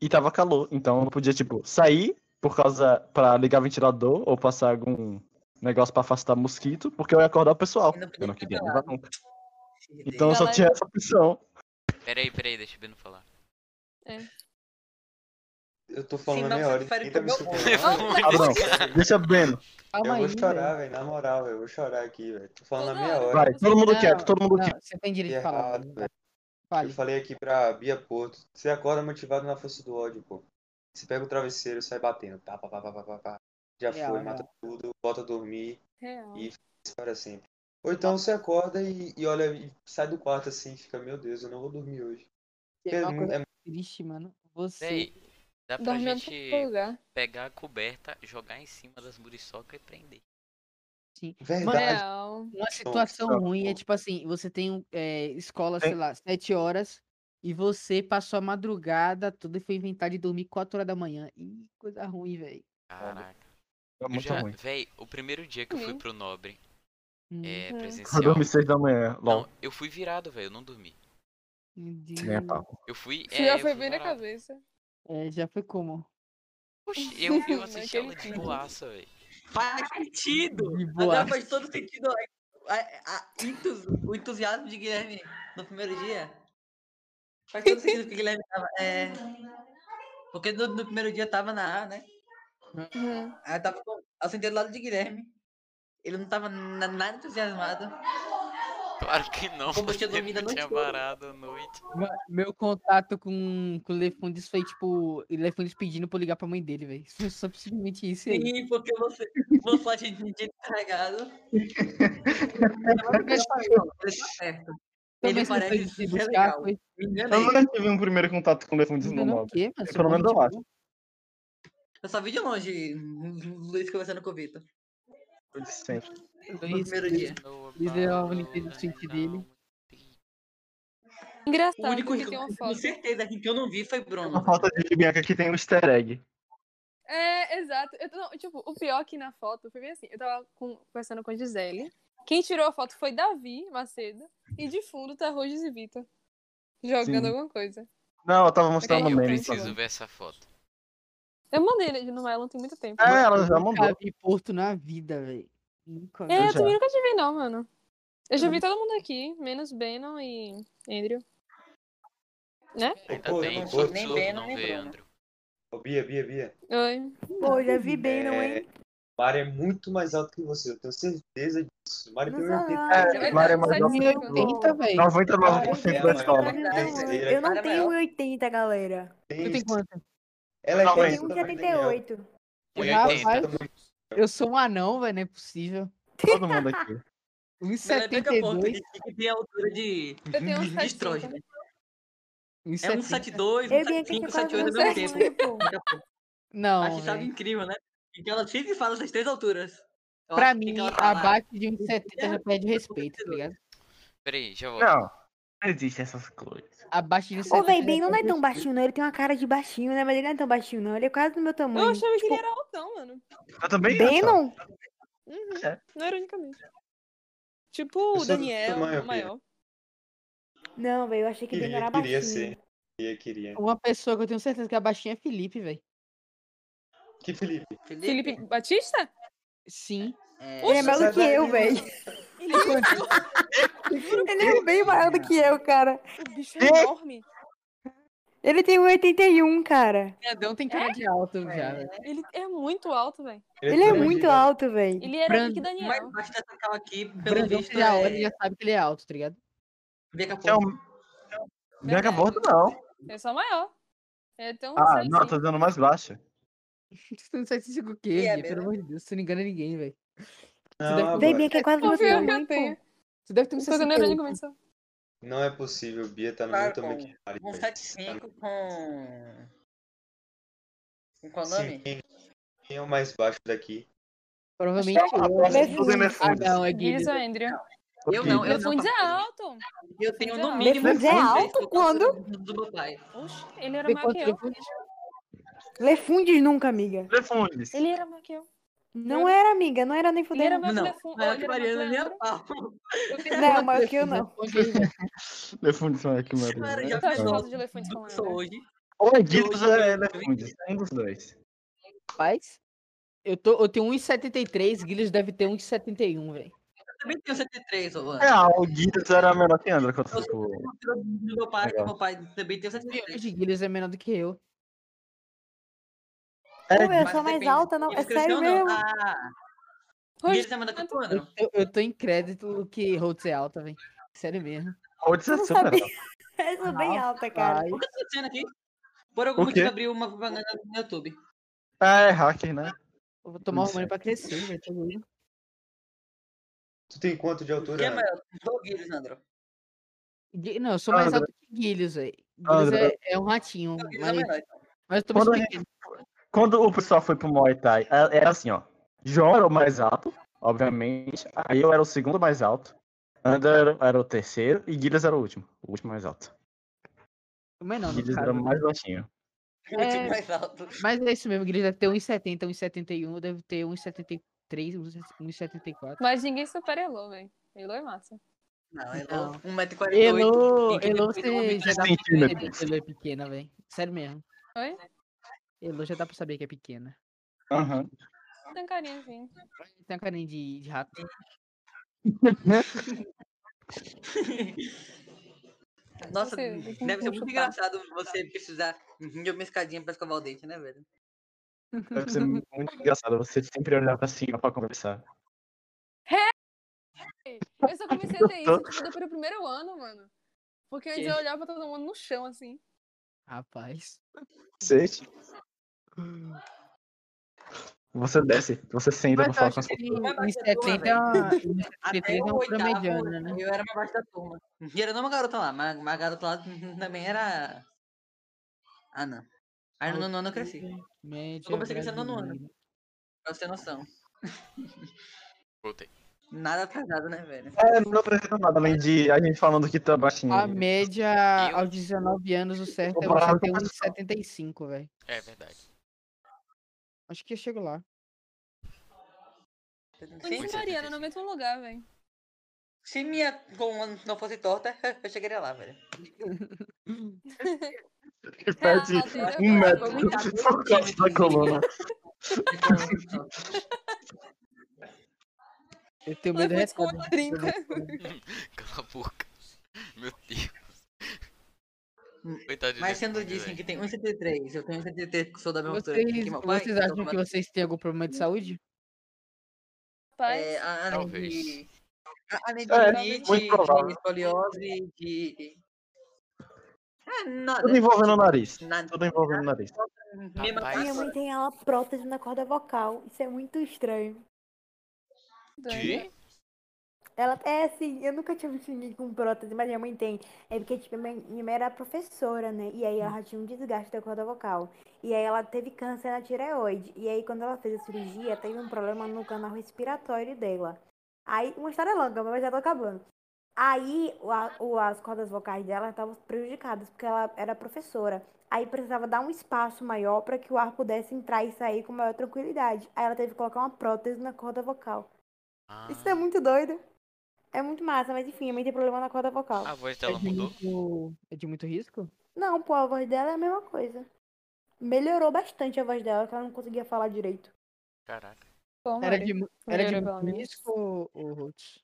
F: e tava calor. Então eu não podia, tipo, sair por causa. pra ligar ventilador ou passar algum negócio pra afastar mosquito, porque eu ia acordar o pessoal.
A: Eu não podia
F: Eu não
A: ficar
F: queria
A: pelado.
F: levar nunca. Então eu só
G: Galera-
F: tinha essa opção.
C: Peraí, peraí, deixa o Beno falar.
E: Eu tô falando
A: Sim,
E: a
A: não,
E: meia
A: você
E: hora.
A: prefere
E: Ninguém tá me
A: comer o-
E: escutando.
F: Ah, não. Deixa bem.
B: Calma
E: Eu
B: aí,
E: vou
B: velho.
E: chorar, velho. Na moral, velho. Eu vou chorar aqui, velho. Tô falando a
G: Toda
E: meia
G: hora.
E: hora.
F: Vai, todo mundo
B: Não,
F: quieto, todo mundo
B: não,
F: quieto. Tipo,
B: Você tá tem direito de
E: Que
B: falar.
E: errado,
B: velho.
E: velho. Eu
B: né? Fale.
E: falei aqui pra Bia Porto. Você acorda motivado na força do ódio, pô. Você pega o travesseiro e sai batendo. Pá, pá, pá, pá, pá, pá, pá. Já
B: Real,
E: foi,
B: real.
E: mata tudo, volta a dormir.
G: Real.
E: E isso para sempre. Ou então você acorda e, e olha, e sai do quarto assim, fica, meu Deus, eu não vou dormir hoje.
B: É
E: É,
B: uma coisa
E: é-
B: triste, mano. Você
C: Véi, dá pra
G: Dorme em
C: gente
G: outro lugar.
C: pegar a coberta, jogar em cima das muriçocas e prender.
E: verdade.
G: Real.
B: Uma situação
F: tá
B: ruim é
F: bom.
B: tipo assim, você tem um, é, escola,
F: Tem-
B: sei lá, sete horas, e você passou a madrugada toda e foi inventar de dormir 4 horas da manhã. Ih, coisa ruim, velho.
C: Caraca.
F: É
C: Eu
F: muito
C: já,
F: ruim.
C: véi, o primeiro dia que eu fui
G: Hum.
C: pro Nobre,
B: Hum,
C: é,
G: Hum.
F: Eu
C: presencial.
F: dormi seis da manhã,
C: Não,
F: LOL.
C: eu fui virado, velho, eu não dormi.
A: É,
B: meu Deus.
F: Nem a pau.
C: Eu fui.
G: Isso
C: É,
G: já
C: eu
G: foi
C: fui
G: bem na
C: varado.
G: cabeça.
B: É, já foi como?
C: Oxi, eu, eu assisti
G: Naquele
C: aula de
G: clima.
C: boaça, velho.
A: Faz sentido.
B: De
A: Agora
B: boa.
A: faz todo sentido a- a- a entus- o entusiasmo de Guilherme no primeiro dia. Faz todo sentido que Guilherme tava. é, porque no, no primeiro dia tava na A, né?
G: Hum.
A: Aí eu tava com- eu sentei do lado de Guilherme. Ele não tava na- nada entusiasmado.
C: Claro que não.
A: Como eu tinha
C: porque
A: dormido a
C: eu
A: noite
C: tinha
A: toda.
C: varado a noite.
B: Ma- Meu contato com, com o Lefundes foi tipo. Ele Lefundes pedindo pra eu ligar pra mãe dele, velho. Foi simplesmente isso aí.
A: Sim, porque você, você a gente tinha descarregado. Ele tá certo. Ele
B: Talvez não
A: parece
B: foi de
A: ser
B: buscar,
A: legal.
B: foi
A: Me engana
F: Eu
A: aí.
F: nunca tive um primeiro contato com o Lefundes
B: Não, não,
F: normal.
B: o quê, mano? tipo,
F: Pelo menos eu acho.
A: Eu só vi de longe o Luiz conversando com o Vitor.
F: Sempre.
A: No
B: Luiz,
A: primeiro dia.
B: Luiz deu a Olimpíada do Switch dele.
A: O
H: Tá,
G: Engraçado
A: único
G: que
A: que
G: tem
A: eu
G: uma
A: tenho
G: foto.
A: certeza que eu não vi foi Bruno.
F: A falta de Bianca que tem um easter egg.
G: É, exato. Eu, tô- não, tipo, o pior que na foto foi bem assim. Eu tava com- conversando com a Gisele. Quem tirou a foto foi Davi Macedo. E de fundo tá Rogers e Vitor. Jogando
F: Sim.
G: alguma coisa.
F: Não, eu tava
G: Tá
C: Ei,
F: mostrando
G: no
C: eu
G: meio,
F: meme.
C: preciso
G: então.
C: ver essa foto.
G: Eu mandei no Melo tem muito tempo.
F: É, ela já mandou.
B: Nunca vi Porto na vida, velho. Nunca vi.
G: É, eu Uhum.
F: já.
G: também nunca te vi, não, mano. Eu já vi todo mundo aqui, menos Benon e Andrew.
C: Ainda
E: pô, eu
C: Tá bem
E: não
C: que
E: vou-
C: o
E: nem
C: Zorro
A: Beno,
C: não
A: nem
C: vê,
A: Bruno.
C: Andrew.
E: Ô, Bia, Bia, Bia.
G: Oi.
H: Pô, já vi bem, não,
E: É,
H: hein?
E: Mari é muito mais alto que você, eu tenho certeza disso. Mari tem
H: Não sei
E: 80.
H: lá.
F: É, Mari é mais
G: Só
F: alta que
G: um de cinco.
F: eu.
B: 80, velho.
F: 99% da
E: Ela é
F: escola.
E: maior.
H: Eu não tenho 80, galera. um
B: Eu um tenho quanto?
E: Ela é
F: Não,
H: Eu
F: mas-
E: dez
H: tenho
E: também, Daniel.
H: 1,78.
B: Rapaz,
C: 1,80.
B: eu sou um anão, velho. Não é possível.
F: Todo mundo aqui.
A: Ela é pega ponto
B: 1,72.
A: que que tem a altura de
G: Eu tenho um uns
A: de Troja, né? É
B: 1,70.
A: 172,
H: Eu vim aqui
A: 175,
H: que quase
A: 178 é ao
H: não
A: mesmo
H: sei
A: tempo.
H: muito, pô.
B: Não.
A: Acho isso algo
B: velho.
A: incrível, né? Então ela sempre fala essas três alturas. Eu
B: Pra
A: acho que
B: mim,
A: ela tá lá.
B: abaixo de 1,70
A: é
B: já perde o respeito, tá ligado?
C: Peraí, já volto.
F: Não. Não existe essas coisas.
B: Abaixo de 1,70.
H: Ô, véi, bem, não é
B: perde
H: tão
B: o
H: baixinho, não. Ele tem uma cara de baixinho, né? Mas ele não é tão baixinho, não. Ele é quase do meu tamanho.
G: Eu achava que ele era altão, mano.
F: Eu também
H: Bem,
F: acho.
H: não.
G: Uhum.
F: É.
G: Não, ironicamente. Tipo
E: Eu
G: o
E: sou do
G: Daniel,
E: tamanho,
G: o maior.
H: Não, velho, eu achei que ele
E: Queria,
H: era baixinho.
E: queria ser. Queria, queria.
B: Uma pessoa que eu tenho certeza que é baixinha é Felipe, velho.
E: Que Felipe?
G: Felipe Batista?
B: sim.
H: Ele é maior do que
G: tá
H: eu, velho.
G: Ele é
H: Ele é bem maior do que eu, cara.
G: um bicho enorme.
H: Ele tem 1,81, cara.
B: Grandão tem
H: É?
B: cara de alto já, velho.
G: Ele é muito alto, velho.
H: Ele é
E: todo
H: muito
E: gigante.
H: alto, velho.
G: Ele era
B: Brando,
G: que
A: O mais
G: Daniel.
A: baixo dessa cal aqui, pelo
B: Grandão
A: visto,
B: que já olha e
A: é...
B: já sabe que ele é alto, tá ligado?
A: Bianca
F: É
A: Porto.
F: um... Bianca Bordo não.
G: É só maior. É tão
F: Ah,
G: sei
F: não, eu
G: assim.
F: tô dizendo mais
A: É,
F: baixo.
B: Tu não sabe se o quê,
A: E é
B: Gui? pelo amor de Deus. Tu não engana ninguém, velho.
E: Não,
B: deve-
E: agora.
H: Vem bem que é quase do
G: O
H: meu
G: pior que eu
H: tamanho.
G: tenho.
H: pô.
B: Tu deve ter um
G: Tô dando
B: 68.
G: neurônio começou.
E: Não é possível, Bia tá no
A: Claro,
E: mesmo tamanho que Mari.
A: Com
E: velho.
A: 75 Um com... Com qual
E: Sim,
A: nome?
E: quem, quem é o mais baixo daqui?
B: Provavelmente
F: Acho que é uma
B: eu.
F: aposta
B: velho.
H: tudo em
B: Ah,
F: Lefundes.
B: não, é Gui.
G: Diz o Andrew.
A: Eu não,
G: Meu fundo é
A: faço
G: alto.
A: isso. Eu tenho no
G: Meu
A: mínimo...
H: fundo é
A: 16,
H: alto
A: por causa do- Do meu pai.
G: Oxe, ele era
B: Vê
G: maior
B: quanto
G: é que eu.
B: Lefundes?
H: Lefundes nunca, amiga.
F: Lefundes.
G: Ele era maior que eu.
H: Não era, amiga. Não era nem
G: Ele era maior
H: fudendo.
G: que
A: Não,
G: Lefun-
A: Maior
G: ele
A: que
G: era maior que
A: Mariana, minha
G: Leandro.
A: pau.
H: Não, maior que eu não.
B: assim, Responde aí, velho.
F: Lefundes não é que Maria.
A: Cara,
F: né?
A: já tá
G: Eu tenho as
A: pensou?
F: Não.
G: fotos tá de
A: Do
G: elefante
A: que
G: falando.
A: sou
G: né?
A: hoje.
F: Ou é Guilherme ou é Lefundes. Um dos dois.
B: Rapaz, eu, tô, eu tenho 1,73, Guilherme deve ter 1,71, velho.
A: Eu também tenho 73, ô, mano.
F: Ah, o Guilherme era menor que André quando foi pro...
A: Do meu pai, que
F: Legal.
A: meu pai também tem 73.
B: Hoje Guilherme é menor do que eu.
H: Pô, eu
A: Mas
H: sou mais
A: depende.
H: alta, não. É
A: Eles
H: sério
A: cresceram, não.
H: mesmo.
A: Ah,
G: Hoje,
A: eles mandam quanto
B: Eu,
A: ano?
B: eu- eu tô em crédito que Holtz é alta, velho. Sério mesmo.
F: Onde
H: Eu
F: você
H: não
F: é super
H: sabia.
E: Ah.
H: Eu sou bem alta, cara.
B: Ai,
A: O que tá acontecendo aqui? Por algum
F: O quê?
A: motivo abriu uma propaganda no YouTube.
F: Ah, é hacker, né?
B: eu vou tomar
F: Tudo
B: hormônio pra crescer, velho. tô doido.
E: Tu tem quanto de
A: Quem
E: altura?
A: é
E: Ana?
A: maior? Doug e Lisandro.
B: Gui- Não, eu sou mais
F: André.
B: alto que Guilherme, velho. Guilherme é, é um ratinho,
A: Doug é
B: mas,
A: menor. então.
B: mas eu tô
F: Quando a
B: mais
F: gente-
B: pequeno.
F: Quando o pessoal foi pro Muay Thai, a- era assim, ó. João era o mais alto, obviamente. Aí eu era o segundo mais alto. André era, era o terceiro e Guilherme era o último. O último mais alto.
B: O menor, no
F: Guilhermes era
B: caso.
F: o mais baixinho.
A: Muito
B: É.
A: um mais alto.
B: Mas é isso mesmo, Guilherme deve ter 1,70, 1,71, eu devo um, ter 1,73, 1,74.
G: mas ninguém supera Elo, velho. Elo é massa.
A: Não, um
B: Não.
A: Elô, 1,48m.
B: Elô,
A: tem que
B: Elô,
A: depois eu
B: você
A: aumentar
B: já dá pra saber
F: centímetros.
B: que Elô é pequena, velho. Sério mesmo.
G: Oi?
B: Elô já dá pra saber que é pequena.
F: Aham.
G: Tem um carinha assim.
B: Tem uma carinha de, de rato.
A: Nossa,
G: Você- tem que
A: deve ser muito
G: chutar.
A: engraçado você precisar de uma escadinha pra escovar o dente, né, velho?
F: Deve ser muito engraçado você sempre olhar pra cima pra conversar.
G: Eu só comecei a ter isso tipo, depois do primeiro ano, mano. Porque antes
B: Que?
G: eu olhava todo mundo no chão, assim.
B: Rapaz.
F: Sente. Você desce, você senta
B: Mas
F: pra
B: eu
F: falar
B: acho
F: com as
B: que
F: pessoas.
A: pessoas.
B: em 70, em 73
A: Até
B: é
A: o
B: uma
A: oitavo,
B: promediana, né?
A: eu era mais baixo da turma. E era não uma garota lá, mas mas a garota lá também era... Ah, não. Aí no nono ano eu cresci.
B: Média
A: Eu comecei a crescer no nono ano.
B: brasileira.
A: Pra você ter noção.
C: Voltei.
A: Nada atrasado, né, velho?
F: É, não apresenta nada, além de a gente falando que tá baixinho.
B: A média
C: Eu-
B: aos 19 anos, o certo é
F: Comparado
B: você
F: com
B: ter
F: a
B: uns
F: pessoa.
B: 75, velho.
C: É verdade.
B: Acho que eu chego lá.
G: Muniz e
C: Sim.
G: Mariana né, no mesmo lugar, velho.
A: Se minha goma não fosse torta, eu chegaria lá, velho.
F: que perde
G: Ah,
F: um
G: Deus,
F: metro
G: eu vou
A: muito
F: por causa da coluna.
B: Eu tenho medo é né?
G: Levante com
B: retrógrado.
G: uma trinca.
C: Cala a boca. Meu Deus. Coitado de
A: Hum. Mas
C: Zé
A: sendo
C: Felipe,
A: dizem
C: velho.
A: que tem 1,73, eu tenho 1,73 que sou da mesma altura
B: Vocês,
A: que meu pai.
B: vocês
A: então,
B: acham que vocês têm algum problema de saúde?
G: Rapaz,
A: é, a- além
C: Talvez.
A: de... a- Além de
F: É,
A: rinite,
F: muito provável.
A: de escoliose, de... Ah, nada.
F: Tudo envolvendo o nariz.
A: Nada.
F: Tudo envolvendo o nariz.
A: Mesma
C: Rapaz.
A: coisa.
H: Minha mãe tem ela prótese na corda vocal. Isso é muito estranho.
G: doido.
H: Ela é assim, eu nunca tinha visto ninguém com prótese, mas minha mãe tem. É porque, tipo, minha mãe, minha mãe era professora, né? E aí ela já tinha um desgaste da corda vocal. E aí ela teve câncer na tireoide. E aí, quando ela fez a cirurgia, teve um problema no canal respiratório dela. Aí, uma história longa, mas já tô acabando. Aí, o, a- o- as cordas vocais dela estavam prejudicadas, porque ela era professora. Aí precisava dar um espaço maior para que o ar pudesse entrar e sair com maior tranquilidade. Aí ela teve que colocar uma prótese na corda vocal.
C: Ah,
H: Isso é muito doido. É muito massa, mas enfim, a mãe tem problema na corda vocal.
C: a voz
B: É
C: dela
B: de,
C: mudou?
B: muito, é de muito risco?
H: Não, pô, a voz dela é a mesma coisa. Melhorou bastante a voz dela, que ela não conseguia falar direito.
C: Caraca.
G: Bom,
B: Era
G: Mari,
B: de, mu- era de
G: melhorou
B: muito
G: pelo menos.
B: risco ou, ou Roots?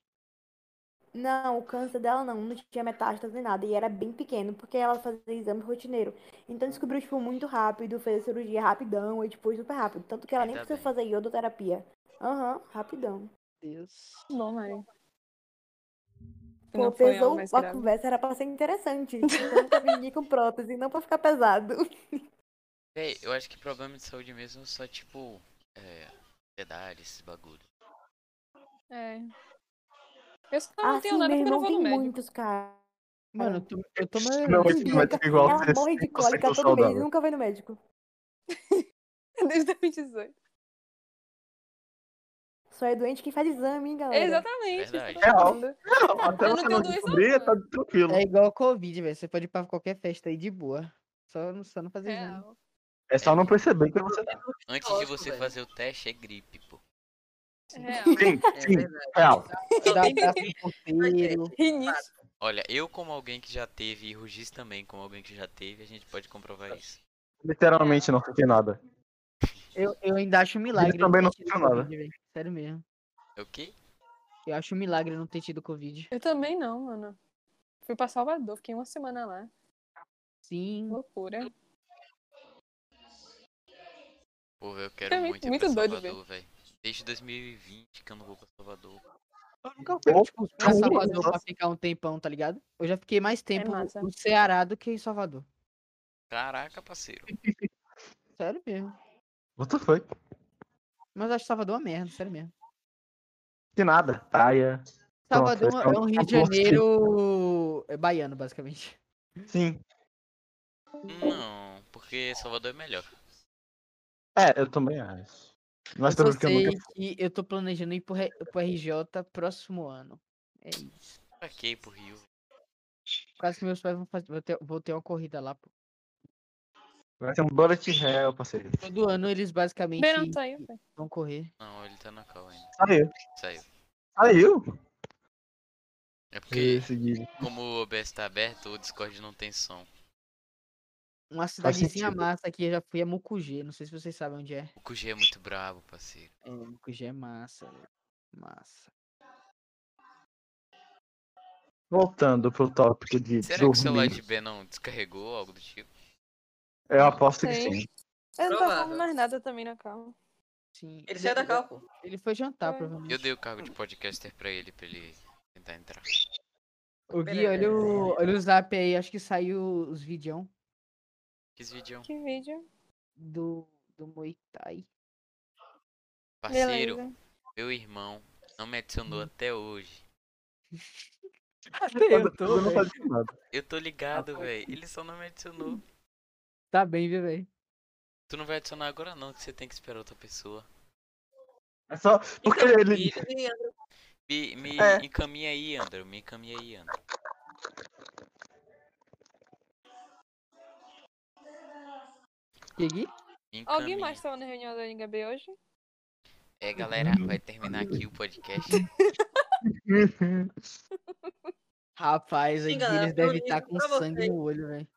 H: Não, o câncer dela não, não tinha metástase nem nada. E era bem pequeno, porque ela fazia exame rotineiro. Então descobriu, tipo, muito rápido, fez a cirurgia rapidão e depois super rápido. Tanto que ela nem
C: Ainda
H: precisou
C: bem.
H: fazer iodoterapia. Aham, rapidão.
B: Deus.
G: Bom, Mari.
H: Pô,
G: Não foi algo
H: pesou,
G: mais
H: a
G: grave.
H: conversa era pra ser interessante. Então, Eu nunca vi ninguém com prótese, não pra ficar pesado.
C: Véi, eu acho que problema de saúde mesmo é só tipo. É. Ansiedade, esses bagulho.
G: É. Eu só não
H: Ah,
G: tenho
H: sim,
G: nada
H: meu
G: porque eu não
H: irmão
G: vou
H: tem
G: no médico.
H: muitos, cara.
B: Mano, eu tô, eu tô meio-
F: Não,
H: Tem
F: esse
H: dia que
F: médico é igual
H: ela morre é de cólica todo mês e
F: saudável.
H: nunca vai no médico.
G: Desde 2018.
H: Só é doente quem faz exame, hein, galera?
G: Exatamente. isso que eu tô
F: Verdade. Real.
G: falando.
F: Não, até
G: Eu não
F: você
G: tenho
F: não
G: doença
F: descobrir, tá
G: alguma.
F: tranquilo.
B: É igual Covid, velho. Você pode ir pra qualquer festa aí de boa. Só, não- só não fazer exame.
G: Real.
F: É só não perceber que você tá.
C: Antes de
A: Lógico,
C: você
A: velho.
C: fazer o teste, é gripe, pô.
G: Real.
F: Sim,
A: É
F: sim,
A: verdade.
F: real.
B: Dá abraço no porteiro.
G: Rinite.
C: Olha, eu como alguém que já teve, e Rugis também como alguém que já teve, a gente pode comprovar isso.
F: Literalmente não senti nada.
B: Eu, eu ainda acho um milagre.
F: também
B: ter
F: não né?
B: tido
F: sentiu nada.
B: Covid, velho. Sério mesmo.
C: É o quê?
B: Eu acho um milagre não ter tido Covid.
G: Eu também não, mano. Fui pra Salvador, fiquei uma semana lá.
B: Sim.
G: Loucura.
C: Pô, véi, eu quero
G: É muito-
C: muito ir pra
G: muito doido,
C: Salvador, velho. Desde 2020 que eu não vou pra Salvador.
B: Eu nunca fui,
F: Opa,
B: tipo, pra
F: nossa.
B: Salvador pra ficar um tempão, tá ligado? Eu já fiquei mais tempo
G: massa.
B: no Ceará do que em Salvador.
C: Caraca, parceiro.
B: Sério mesmo.
F: What the fuck?
B: Mas acho Salvador uma merda, sério mesmo.
F: Que nada. Praia. Pronto,
B: Salvador
F: esse é
B: é
F: um
B: um Rio de
F: ponto positivo.
B: Janeiro é baiano, basicamente.
F: Sim.
C: Não, porque Salvador é melhor.
F: É, eu também acho. Mas
B: eu
F: pelo
B: só
F: que eu nunca.
B: sei que eu tô planejando ir pro, re- pro RJ próximo ano. É isso.
C: Pra quê ir pro Rio?
B: Quase que meus pais vão fazer. Vou ter, vou ter uma corrida lá. pô.
F: Vai ser um bullet hell, parceiro.
B: Todo ano eles basicamente
G: Verão saiu, velho.
B: vão correr.
C: Não, ele tá na cal ainda.
F: Saiu.
C: Saiu.
F: Saiu?
C: É porque,
F: Esse Gui.
C: como o OBS tá aberto, o Discord não tem som.
B: Uma cidadezinha
F: sentido.
B: massa aqui, eu já fui a Mucugê. Não sei se vocês sabem onde é.
C: O QG é muito brabo, parceiro.
B: É, Mucugê é massa, velho. Massa.
F: Voltando pro tópico de
C: Será que o celular
F: dormir.
C: de B não descarregou algo do tipo?
F: Eu aposto que
G: Sim.
F: sim.
G: Eu não tô
A: Provável.
G: falando mais nada também na calma.
B: Sim.
A: Ele saiu da
B: ele,
A: cal, pô.
B: ele foi jantar,
G: Foi.
B: provavelmente.
C: Eu dei o cargo de podcaster pra ele, pra ele tentar entrar.
B: O Gui, olha o, olha o zap aí, acho que saiu os vídeos
C: Que vídeo? é um
G: Que vídeo.
B: do, do Muay Thai.
C: Parceiro,
G: Beleza.
C: meu irmão não me adicionou até hoje.
B: Ah, Eu tô,
F: Eu não
B: velho.
F: fazia nada.
C: Eu tô ligado, velho. Ele só não me adicionou.
B: Tá bem, viu, velho?
C: Tu não vai adicionar agora não, que você tem que esperar outra pessoa.
F: É só porque
A: Então,
F: ele.
A: Ele...
C: Me, me
F: É.
C: encaminha aí, André. Me encaminha aí, André.
B: Que Gui?
C: Me encaminha.
G: Alguém mais tá tava na reunião da NHB hoje?
C: É, galera, vai terminar aqui o podcast.
B: Rapaz,
A: Sim,
B: aí
A: galera,
B: eles
A: tô
B: devem
A: indo
B: estar com
A: pra
B: sangue
A: vocês.
B: no olho, velho.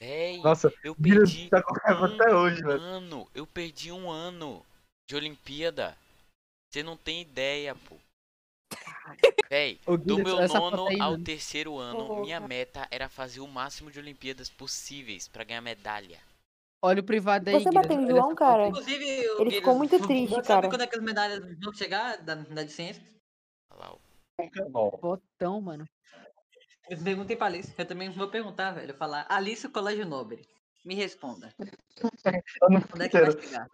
C: Véi,
F: Nossa,
C: eu
F: Guilherme
C: perdi
F: tá com raiva
C: um
F: até hoje,
H: Né?
F: velho.
C: ano. Eu perdi um ano de Olimpíada. Você não tem ideia, pô. Véi,
B: Ô,
C: do
B: Guilherme,
C: meu
B: essa foto
C: nono
B: aí,
C: ao
H: né?
B: mano.
C: terceiro ano,
G: Porra.
C: minha meta era fazer o máximo de Olimpíadas possíveis pra ganhar medalha.
B: Olha o privado aí,
H: Você
B: Guilherme,
H: bateu em
B: olha
H: João,
B: essa foto aí.
H: cara?
A: Inclusive,
H: Ele ficou muito triste, cara.
A: Sabe quando é que as medalhas vão chegar da, da de ciência?
C: Olha lá, ó.
F: Não.
B: Botão, mano.
A: Eu perguntei pra Alice. Eu também vou perguntar, velho. Falar, Alice, Colégio Nobre. Me responda. Quando é que vai
F: Sério.
A: chegar?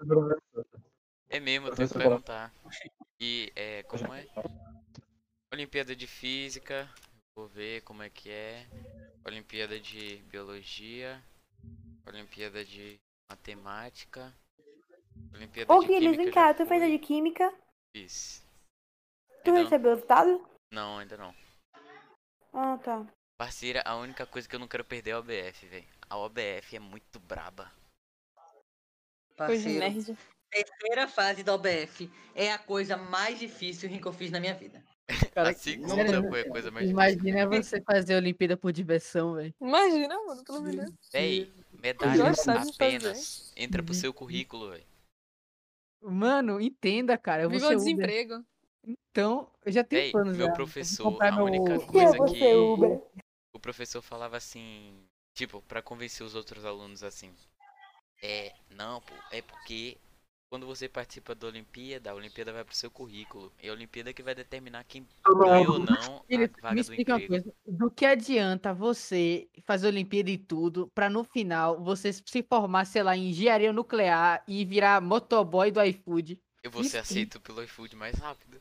C: É mesmo, eu tenho que
F: Professor.
C: perguntar. E é, como é? Olimpíada de Física, vou ver como é que é. Olimpíada de Biologia, Olimpíada de Matemática, Olimpíada
H: Ô,
C: de
H: Guilherme,
C: Química.
H: vem
C: já
H: cá, tu fez a
C: fui.
H: de química?
C: Fiz.
H: Tu
C: Ainda não,
H: recebeu o resultado?
C: não, ainda não.
H: Ah, tá.
C: Parceira, a única coisa que eu não quero perder é a OBF, velho. A OBF é muito braba.
G: Coisa de
A: Parceiro,
G: nerd.
A: primeira fase da OBF é a coisa mais difícil que eu fiz na minha vida.
B: Cara,
C: a segunda
B: sério,
C: foi a coisa mais
B: Imagina você fazer a Olimpíada por diversão, velho.
G: Imagina, mano, pelo menos.
C: Véi, medalhas
G: sabe fazer.
C: apenas. Entra pro
B: Uhum.
C: seu currículo, velho.
B: Mano, entenda, cara. Eu vou
G: Viva
B: ser
G: o
B: Uber.
G: desemprego.
B: Então, eu já tenho
C: Véi,
B: planos
C: meu
B: já.
C: professor,
B: comprar
C: a única
B: meu-
H: Que é
C: coisa
H: você,
C: que.
H: Uber?
C: o professor falava assim, tipo, pra convencer os outros alunos assim. É, não, pô, é porque quando você participa da Olimpíada, a Olimpíada vai pro seu currículo. E a Olimpíada é que vai determinar quem ganhou ou não
B: Ele-
C: a
B: me
C: vaga do
B: explica uma
C: emprego.
B: coisa. Do que adianta você fazer Olimpíada e tudo, pra no final você se formar, sei lá, em engenharia nuclear e virar motoboy do iFood?
C: Eu vou ser
B: Me explica.
C: aceito pelo iFood mais rápido.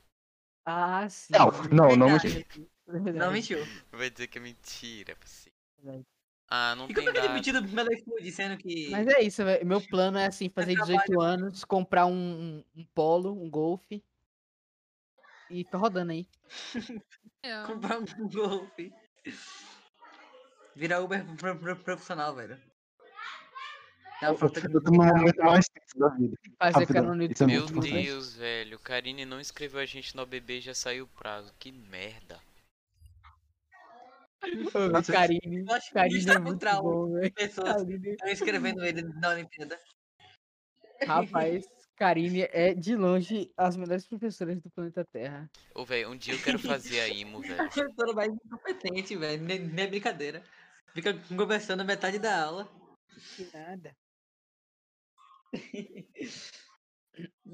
B: Ah, sim. Ah,
F: Não, não, não
A: Verdade.
F: mentiu.
B: é verdade.
A: Não mentiu.
C: Vai dizer que é mentira, você.
B: Verdade.
C: Ah, não
A: E
C: tem
A: como é que é
C: nada.
A: demitido pelo iFood, sendo que...
B: Mas é isso, velho. Meu plano é assim, fazer 18 anos, comprar um, um- um polo, um golfe. E tô rodando aí.
G: É.
A: Comprar um golfe. Virar Uber pro- pro- profissional, velho. É uma falta de...
F: Eu tô no momento mais triste da vida.
B: Fazer
F: Rapidão,
B: canal no
F: isso é
B: YouTube.
C: Meu
F: muito importante.
C: Deus, velho. Karine não escreveu a gente no OBB e já saiu o prazo. Que merda.
F: Nossa,
B: Karine.
A: Eu acho que
B: Karine
A: está
B: é
A: com
B: muito
A: trauma.
B: bom, velho.
A: Pessoas
B: Karine-
A: estão escrevendo ele na Olimpíada.
B: Rapaz, Karine é de longe as melhores professoras do planeta Terra.
C: Ô, velho, um dia eu quero fazer a IMO,
A: A
C: velho.
A: professora mais incompetente, velho. Não é- Não é brincadeira. Fica conversando metade da aula.
B: Que nada.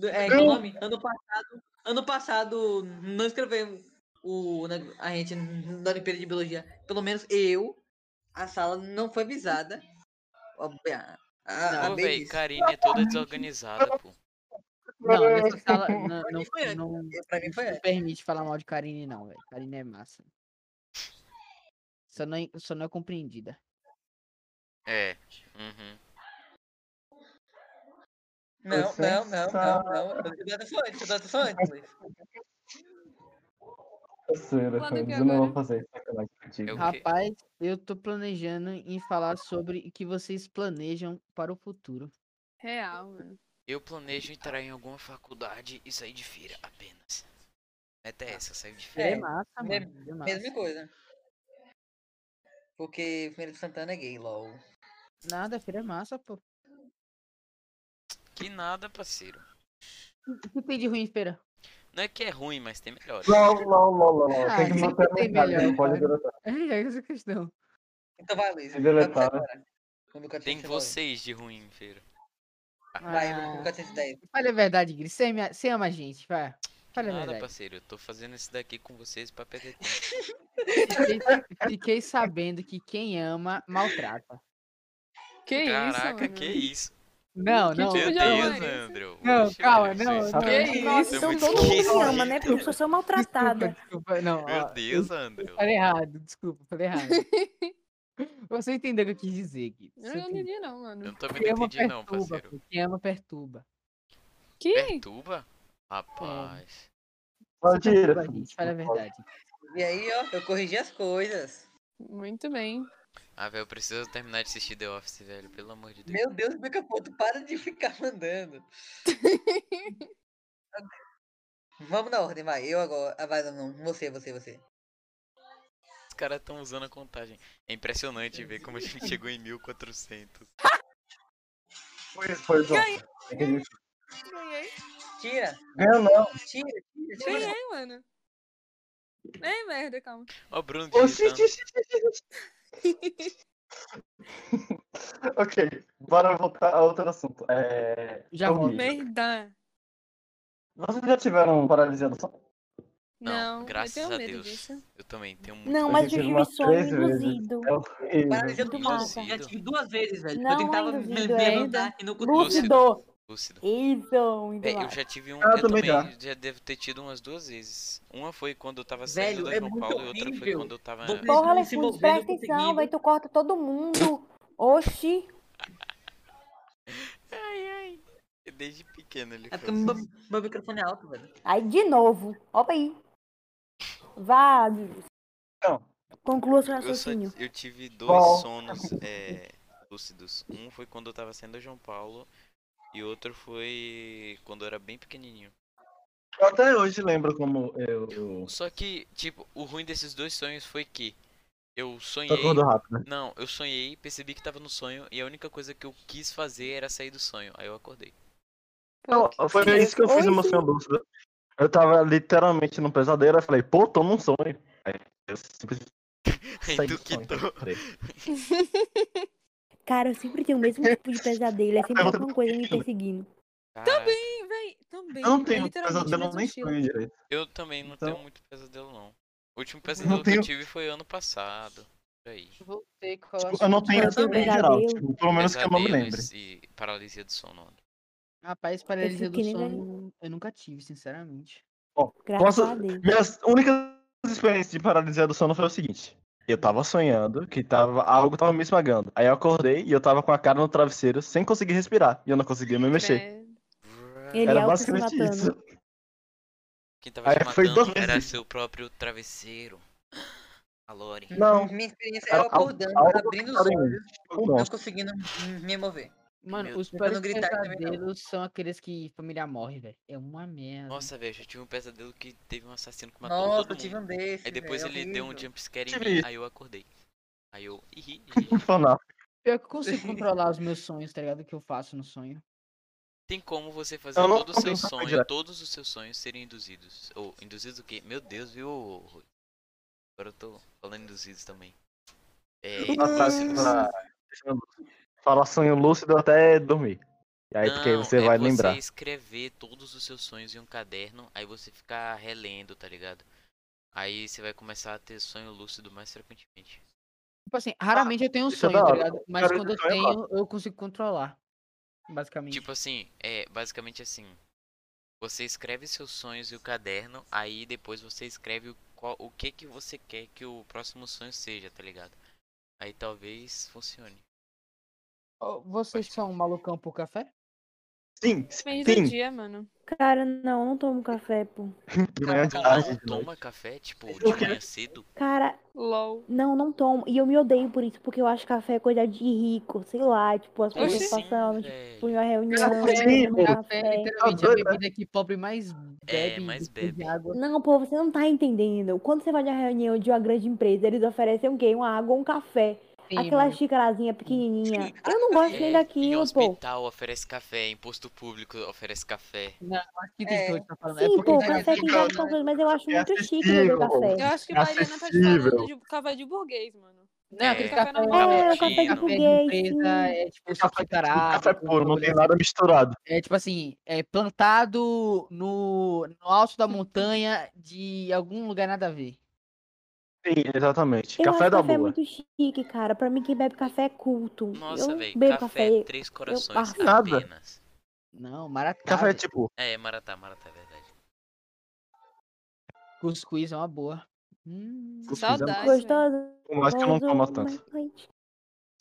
A: É, que o nome? Ano passado, ano passado não escrevemos o, neg- a gente na Olimpíada de Biologia. Pelo menos eu, a sala não foi avisada. Ó, A, a, a
C: Não,
A: Bey
C: velho,
A: disse.
C: Karine é toda desorganizada, pô.
B: Não, nessa sala não,
A: Pra
B: não,
A: mim foi
B: não, não
A: Pra mim foi essa.
B: permite falar mal de Karine, não, velho. Karine é massa. Só não, é- só não é compreendida.
C: É. Uhum.
A: Não,
D: Você
A: não, não, não,
D: sabe.
A: não. Eu te dou atenção antes, eu te dou atenção antes, Luiz.
F: Parceiro,
G: Manda
B: é
F: Fernandes,
G: aqui
F: tá eu não vou
G: agora.
F: fazer isso sacanagem contigo.
C: Eu- O quê?
B: Rapaz, eu tô planejando em falar sobre o que vocês planejam para o futuro.
G: Real, mano.
C: Eu planejo entrar em alguma faculdade e sair de feira apenas. Meta é essa, sair de feira.
B: É,
A: É,
B: massa,
A: me-
B: mano. é massa.
A: Mesma coisa. Porque Feira de Santana é gay, lol.
B: Nada, filho, é massa, pô.
C: Que nada, parceiro.
B: O que tem de ruim, feira?
C: Não é que é ruim, mas tem melhor.
F: Não, não, não, não, não.
B: Ah,
F: Tem que
B: sempre
F: manter a
B: tem
F: verdade,
B: melhor,
F: não pode
B: cara.
F: deletar.
B: É, é essa a questão.
A: Então vai, Luiz.
F: Se
A: vai você
F: deletar, né?
A: agora. Como que eu te
C: Tem
A: ensinou, Luiz.
C: vocês de ruim em feira.
A: Vai,
B: Ah,
A: Rumo 410.
B: é fala a verdade, Gris. Você ama a gente, vai. Fala a
C: Nada,
B: verdade.
C: parceiro. Eu tô fazendo isso daqui com vocês pra perder tempo.
B: Fiquei, fiquei sabendo que quem ama, maltrata.
G: Que
C: Caraca,
G: isso?
C: que isso.
B: Não,
G: Que
B: não.
G: tipo
C: Meu
G: de
C: Deus,
G: amor é esse?
C: Andrew.
B: Não,
C: Oxe,
B: calma,
C: velho,
B: não,
C: vocês
B: não.
C: são-
G: Que
C: vocês
G: isso?
C: são é
H: Então
C: muito é
H: todo mundo
C: esquisitos.
H: me ama, né? Porque eu sou maltratada.
B: Desculpa, desculpa. Não, ó,
C: Meu Deus,
B: eu
C: Andrew.
B: falei errado. Desculpa, falei errado. Você entendeu o que eu quis dizer, Gui.
G: Eu não entendi, não, mano.
C: Eu também
B: Quem
C: não
B: ama,
C: entendi, não,
B: perturba.
C: parceiro.
B: pô. Quem ama, perturba.
G: Que?
C: Perturba? Rapaz.
B: Perturba,
F: Mentira.
B: gente, Fala a verdade.
A: E aí, ó, eu corrigi as coisas.
G: Muito bem.
C: Ah, velho, eu preciso terminar de assistir The Office, velho. Pelo amor de Deus.
A: Meu Deus, é Bica Ponto, para de ficar mandando. Vamos na ordem, vai. Eu agora. Ah, vai, não, não. Você, você, você.
C: Os caras estão usando a contagem. É impressionante ver como a gente chegou em 1400.
D: Foi isso, foi isso. É que a gente
G: Ganhei.
A: Tira,
D: Ganhou não.
A: tira, tira, tira.
G: Ganhei, mano. É merda, calma.
C: Ó, o Bruno
D: Oxi,
C: digitando.
D: xixi, xixi, xixi. ok, bora voltar a outro assunto. É...
B: Já
D: dormir.
G: Merda.
D: Vocês já tiveram paralisia do sono?
C: Não,
G: Não,
C: graças
G: eu tenho
C: a
G: medo
C: Deus.
G: disso.
C: Eu também tenho muito.
H: Não,
D: Eu
H: mas
D: já
H: eu
D: tive
H: tive
D: umas
H: sono
D: três
F: né?
D: vezes.
H: induzido.
D: É horrível.
A: Paralisia do mar.
C: Induzido.
A: Já tive duas vezes, velho.
H: Não
A: eu tentava
H: é
A: me
H: induzido, é
A: levantar e não conseguia.
C: Lúcido.
H: Lúcido.
C: Lúcido.
H: Isso,
C: Véi,
H: Eduardo.
C: eu já tive um.
D: Ah,
C: eu
D: também
C: também já. devo ter tido umas duas vezes. Uma foi quando eu tava
A: Velho,
C: saindo da
A: é
C: João
A: muito
C: Paulo e outra foi
A: horrível.
C: quando eu tava.
A: Vou-
H: Porra,
A: não se
H: Alexandre,
A: movendo,
H: presta atenção,
A: conseguindo.
H: vai, tu corta todo mundo. Oxi.
C: Desde pequeno ele
A: É
C: faz
A: porque
C: isso.
A: meu, meu microfone é alto, velho.
H: Aí de novo. Opa aí. Vá, Guilherme.
F: Então,
D: Não.
H: Conclua seu
A: é
C: Eu, só,
H: raciocínio.
C: eu tive dois
D: Bom.
C: sonos é, lúcidos. Um foi quando eu tava saindo da João Paulo e outro foi quando eu era bem pequenininho.
F: Eu até hoje lembro como eu.
C: Só que, tipo, o ruim desses dois sonhos foi que eu
F: Tô
C: sonhei.
F: Tá acordando rápido.
C: Não, eu sonhei, percebi que tava no sonho e a única coisa que eu quis fazer era sair do sonho. Aí eu acordei.
F: Não, foi meio isso que eu fiz no meu sonho lúcido. Eu tava literalmente num pesadelo, eu falei, pô, tô num sonho. Aí eu simplesmente
C: Aí
F: saí
C: tu
F: do
C: que
F: sonho.
C: tu-
F: Falei,
H: Cara, eu sempre tenho o mesmo tipo de pesadelo. É sempre alguma coisa me perseguindo.
C: Também!
G: Sim, véi, também.
F: Eu não
G: é
F: tenho
G: literalmente o
F: pesadelo
G: mesmo
F: nem
G: estilo.
F: sonho direito.
C: Eu também não
F: Então-
C: tenho muito pesadelo, não. O último pesadelo que eu
F: tenho-
C: tive foi ano passado. Por aí.
B: Voltei com
F: Tipo,
B: a
F: eu não tenho
H: Eu também.
F: em geral,
H: Pesadelo.
F: tipo, pelo menos que eu não me lembre.
C: Pesadelos e paralisia do sono.
B: Rapaz, paralisia do
H: fiquei nem
B: sono eu nunca tive, sinceramente.
H: Graças
F: Posso-
H: a Deus.
F: Minhas únicas experiências de paralisia do sono foi o seguinte. Eu tava sonhando que tava, algo tava me esmagando. Aí eu acordei e eu tava com a cara no travesseiro sem conseguir respirar. E eu não conseguia me mexer.
G: Credo.
H: Ele é
F: Era
H: o que se
F: basicamente isso.
H: matando.
C: Quem tava
F: Aí
C: te
F: foi
C: matando
F: duas
C: era
F: vezes.
C: seu próprio travesseiro. A Lore.
A: Hum.
F: Não.
A: Uhum. Minha experiência
F: Era
A: era eu
F: algo-
A: acordando,
F: algo
A: abrindo os
F: fora em mim.
A: olhos,
F: Ou não.
A: não conseguindo me mover.
B: Mano,
C: Meu
B: os
A: Deus.
B: piores
A: Tentando gritar
B: é
A: também não.
B: pesadelos são aqueles que família morre, velho. É uma merda.
C: Nossa, velho, eu tive um pesadelo que teve um assassino que matou
A: Nossa, eu
C: todo
A: tive
C: mundo.
A: um desse.
C: Aí depois
A: velho,
C: ele deu um
A: horrível.
C: jumpscare em
F: Tive
C: mim,
F: isso.
C: aí eu acordei. Aí eu. Ih, ih, ih.
F: Fanar.
B: Pior que eu consigo controlar os meus sonhos, tá ligado? O que eu faço no sonho.
C: Tem como você fazer
F: Eu não é.
C: todo o seu
F: consigo
C: sonho,
F: direto.
C: todos os seus sonhos serem induzidos. Ou, induzidos o quê? Meu Deus, viu, Rui? Agora eu tô falando induzidos também. É, induzidos.
F: Fala sonho lúcido até dormir. E aí, porque
C: Não,
F: você
C: é
F: vai lembrar.
C: você escrever todos os seus sonhos em um caderno, aí você ficar relendo, tá ligado? Aí você vai começar a ter sonho lúcido mais frequentemente.
B: Tipo assim, raramente eu tenho um
F: isso é
B: sonho,
F: da
B: tá
F: hora.
B: ligado? Mas
F: Cara,
B: quando eu
F: isso é da
B: tenho, eu consigo controlar. Basicamente.
C: Tipo assim, é basicamente assim. Você escreve seus sonhos em um caderno, aí depois você escreve o, qual, o que que você quer que o próximo sonho seja, tá ligado? Aí talvez funcione.
B: Ô, Vocês são um malucão por café?
F: Sim,
G: Depende
F: Sim.
G: do dia, mano.
H: Cara, não, não tomo café, pô.
F: de manhã, de
C: Não
F: tarde, de noite.
C: toma café, tipo, de
F: Por quê?
C: manhã cedo?
H: Cara,
G: LOL.
H: não, não tomo. E eu me odeio por isso, porque eu acho café coisa de rico, sei lá, tipo, as
G: Oxi.
H: pessoas
C: Sim, é,
H: passando, tipo,
C: velho.
H: em uma reunião,
F: Café,
H: tomando
F: pô.
B: Café é
H: café.
B: literalmente a
F: doido, né?
B: bebida que pobre mais bebe.
C: É, mais
B: depois de
C: bebe.
B: água.
H: Não, pô, você não tá entendendo. Quando você vai numa reunião de uma grande empresa, eles oferecem o quê? Uma água ou um café.
B: Sim,
H: Aquela
B: mano.
H: xicarazinha pequenininha. Eu não gosto nem
C: É, em
H: daquilo,
F: né?
H: pô.
C: hospital oferece café, em posto público oferece café.
B: Acho que tem
A: É.
B: coisa que tá falando. É
H: Sim,
B: porque
H: pô,
B: tá ligado?
H: café que já
F: ligado,
H: as pessoas, mas eu acho
F: É
H: muito chique
F: acessível,
H: beber
F: pô.
H: café.
G: Eu acho que o Mariana tá te
F: Acessível.
G: falando de café de burguês, mano.
B: Não, aquele
C: É,
B: café
G: café
B: normal.
C: normal.
B: É,
C: É, o café
B: café de
H: português,
B: empresa,
H: sim.
B: é tipo açucarado,
F: café
B: com
F: puro, não
B: tudo.
F: tem nada misturado.
B: É tipo assim, é plantado no, no alto da montanha de algum lugar nada a ver.
F: Sim, exatamente.
H: Eu
F: café
H: acho
F: da
H: café
F: boa.
H: muito chique, cara. Pra mim, quem bebe café é culto.
C: Nossa,
H: eu
C: velho,
H: bebo
C: café, é
H: café.
C: três corações
H: passo.
F: Nada.
C: apenas.
B: Não, maratá.
F: Café é
B: velho.
F: tipo,
C: É, Maratá, Maratá, é verdade.
B: Cuscuz é uma boa. Hum,
F: Cuscuz é
G: Saudade. velho.
H: Gostoso.
F: eu acho que eu não tomo
H: gostoso,
F: tanto.
H: mas noite.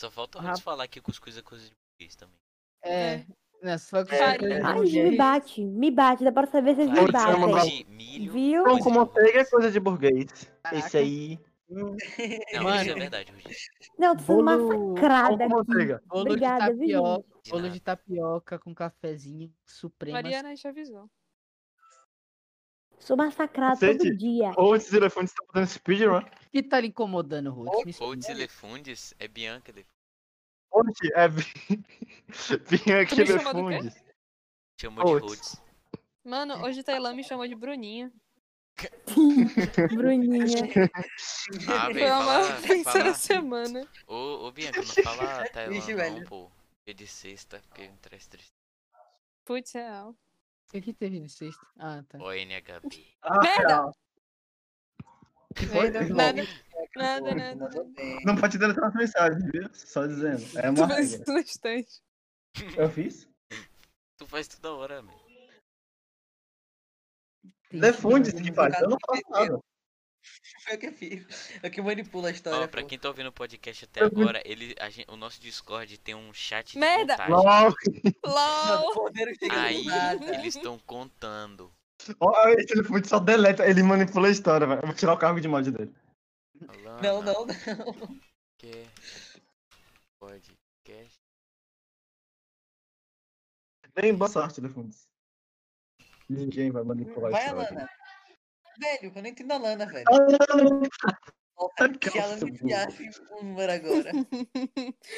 C: Só falta o
B: Ah.
C: Hans falar que cuscuz é coisa de burguês também.
B: é.
G: É.
B: Não, se for
G: Farinha.
B: cuscuz, é
H: Ai,
B: não,
H: me
B: gente.
H: bate, me bate. Dá pra saber se vocês me
F: Vou te
C: Farinha
F: chamar
H: batem.
F: pra-
C: de milho.
H: Viu?
F: Pão
C: coisa
F: com
C: de
F: manteiga é
C: burguês.
F: coisa de burguês.
B: Caraca.
F: Esse aí.
C: Não,
B: Mano.
C: isso é verdade, Rogério.
H: Não, tô
B: Bolo-
H: sendo
F: Pão
H: massacrada
F: com
H: aqui.
F: manteiga.
B: Bolo de
H: Obrigada, viu, gente?
B: tapioca,
C: De
B: bolo
C: nada.
B: de tapioca com cafezinho supremo. assim.
G: Mariana te avisou.
H: Sou massacrada
F: Sente.
H: todo dia.
F: Ou esses elefantes estão tá fazendo speedrun.
B: O que tá lhe incomodando, Ruth? Me
C: Folds
B: explica.
C: Elefundes é Bianca Elefundes.
F: Onde é Bi- Bianca
G: Tu me chama do quê?
F: Elefundes.
C: Chamou de
F: Folds.
C: Folds.
G: Mano, hoje o Tailã me chamou de Bruninho.
H: Bruninha.
C: Ah,
G: Foi
C: velho,
G: uma
C: fala,
G: ofensa na
C: fala.
G: semana.
C: Ô, ô, Bianca, não fala Tailã
A: Vixe,
C: não,
A: velho.
C: pô. Dia de sexta, porque me traz tristeza.
G: Putz, real.
B: O que que teve no sexto? Ah, tá.
C: Ó, NHB.
G: Merda!
B: Foi,
G: é Nada, nada, nada.
C: tipo,
D: Não pode deletar as mensagens, viu? Só dizendo. É
G: Tu
D: uma
G: fez
D: regra.
G: isso no instante.
D: Eu fiz?
C: Tu faz toda hora, velho.
F: é
D: Defundes que faz. Eu não faço nada.
A: Foi o que eu fiz. Eu que manipulo a
C: Ó,
A: história.
C: pra
A: pô.
C: quem tá ouvindo o podcast até agora, ele, a gen- o nosso Discord tem um chat de
G: Merda!
C: contagem.
F: Nossa,
A: Mano,
G: LOL!
A: o poder fica
C: Aí tá.
A: do nada.
C: eles estão contando.
F: olha, esse elefante só deleta. Ele manipula a história, velho. Eu vou tirar o cargo de mod dele.
C: Alana,
A: Não, não, não.
C: quer podcast.
F: Nem boa sorte, elefantes. Ninguém vai manipular a
A: Vai,
F: história. Ah,
A: Alana. Velho, eu não entendo a Lana, velho.
F: Alana.
A: Se ela me enfiasse um número agora.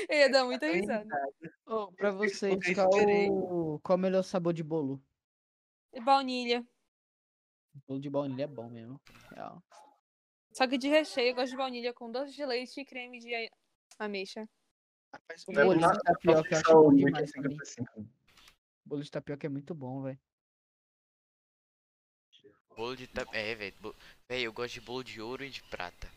C: É
G: Eu ia dar muita risada.
B: Ô, pra vocês,
A: eu
B: qual, é
A: esperei.
B: o- qual o melhor sabor de bolo?
G: Baunilha.
B: Bolo de baunilha é bom mesmo. real.
G: Só que de recheio eu gosto de baunilha com doce de leite e creme de a- ameixa.
B: Mas o
F: Não, é né,
B: bolo
F: nada,
B: de tapioca eu acho é
F: só o
B: bom
F: Mickey
B: demais também.
F: 55.
B: Bolo de tapioca é muito bom, velho.
C: Bolo de tap... É, velho. bo- Velho, eu gosto de bolo de ouro e de prata.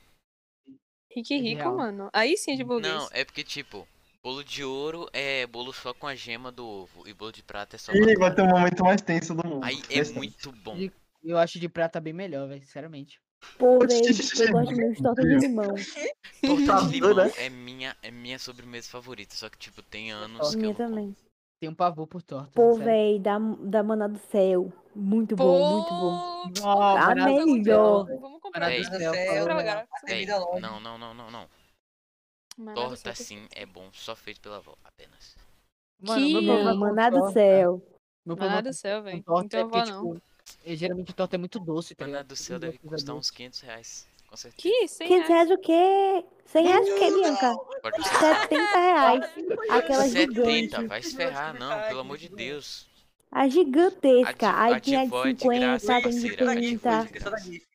G: Rico e rico,
B: Real.
G: mano. Aí sim é de burguês.
C: Não, é porque, tipo, bolo de ouro é bolo só com a gema do ovo. E bolo de prata é só com a
F: Ih, vai
C: gema.
F: ter o momento mais tenso do mundo.
C: Aí é muito bom.
B: E- Eu acho de prata bem melhor, velho, sinceramente.
H: Pô, velho, eu gosto mesmo de torta de limão.
C: Torta de
F: Tá doido,
C: limão é minha, é minha sobremesa favorita. Só que, tipo, tem anos que eu
H: Minha
C: não como.
H: também.
B: Tem um pavor por torta.
H: Pô,
B: sério.
H: velho, da, da Maná do Céu. Muito bom, muito bom.
B: Ó,
H: Tá
B: Maná do
H: melhor.
B: Céu, velho.
G: Vamos
B: Maná
G: comprar.
C: Ei.
B: do
C: Ei.
B: Céu,
A: Ei.
B: falou,
G: Comprar
A: Ei.
B: velho.
G: agora.
C: Véi,
A: Comida longe.
C: É, não, não, não, não, não.
G: Maná do
C: Torta
G: céu.
C: sim é bom, só feito pela avó, apenas.
B: Mano, meu
G: Que
B: problema
H: Não,
B: com
H: Maná do
B: torta-
H: Céu.
B: Meu
G: Maná
B: problema
G: do céu, velho.
B: com
G: Então
B: torta é
G: eu vou
B: porque,
G: não.
B: tipo, eh, geralmente torta é muito doce, tá
C: Maná
B: ligado?
C: do
B: Todo
C: céu
B: mundo
C: deve
B: gosta de coisa
C: custar
B: doce.
C: uns 500 reais, com certeza.
G: Que? É 100
H: 500
G: reais.
H: reais o quê? 100 reais o quê, Bianca?
C: Pode ser
H: 70 reais. Aquela
C: 70,
H: gigante.
C: vai se ferrar, não, pelo amor de Deus.
H: A gigantesca.
C: Adi-
H: Aí tem a de
C: Advoy de
H: 50,
C: graça,
H: tem de
C: parceira, Advoy de
H: 30.
C: graça.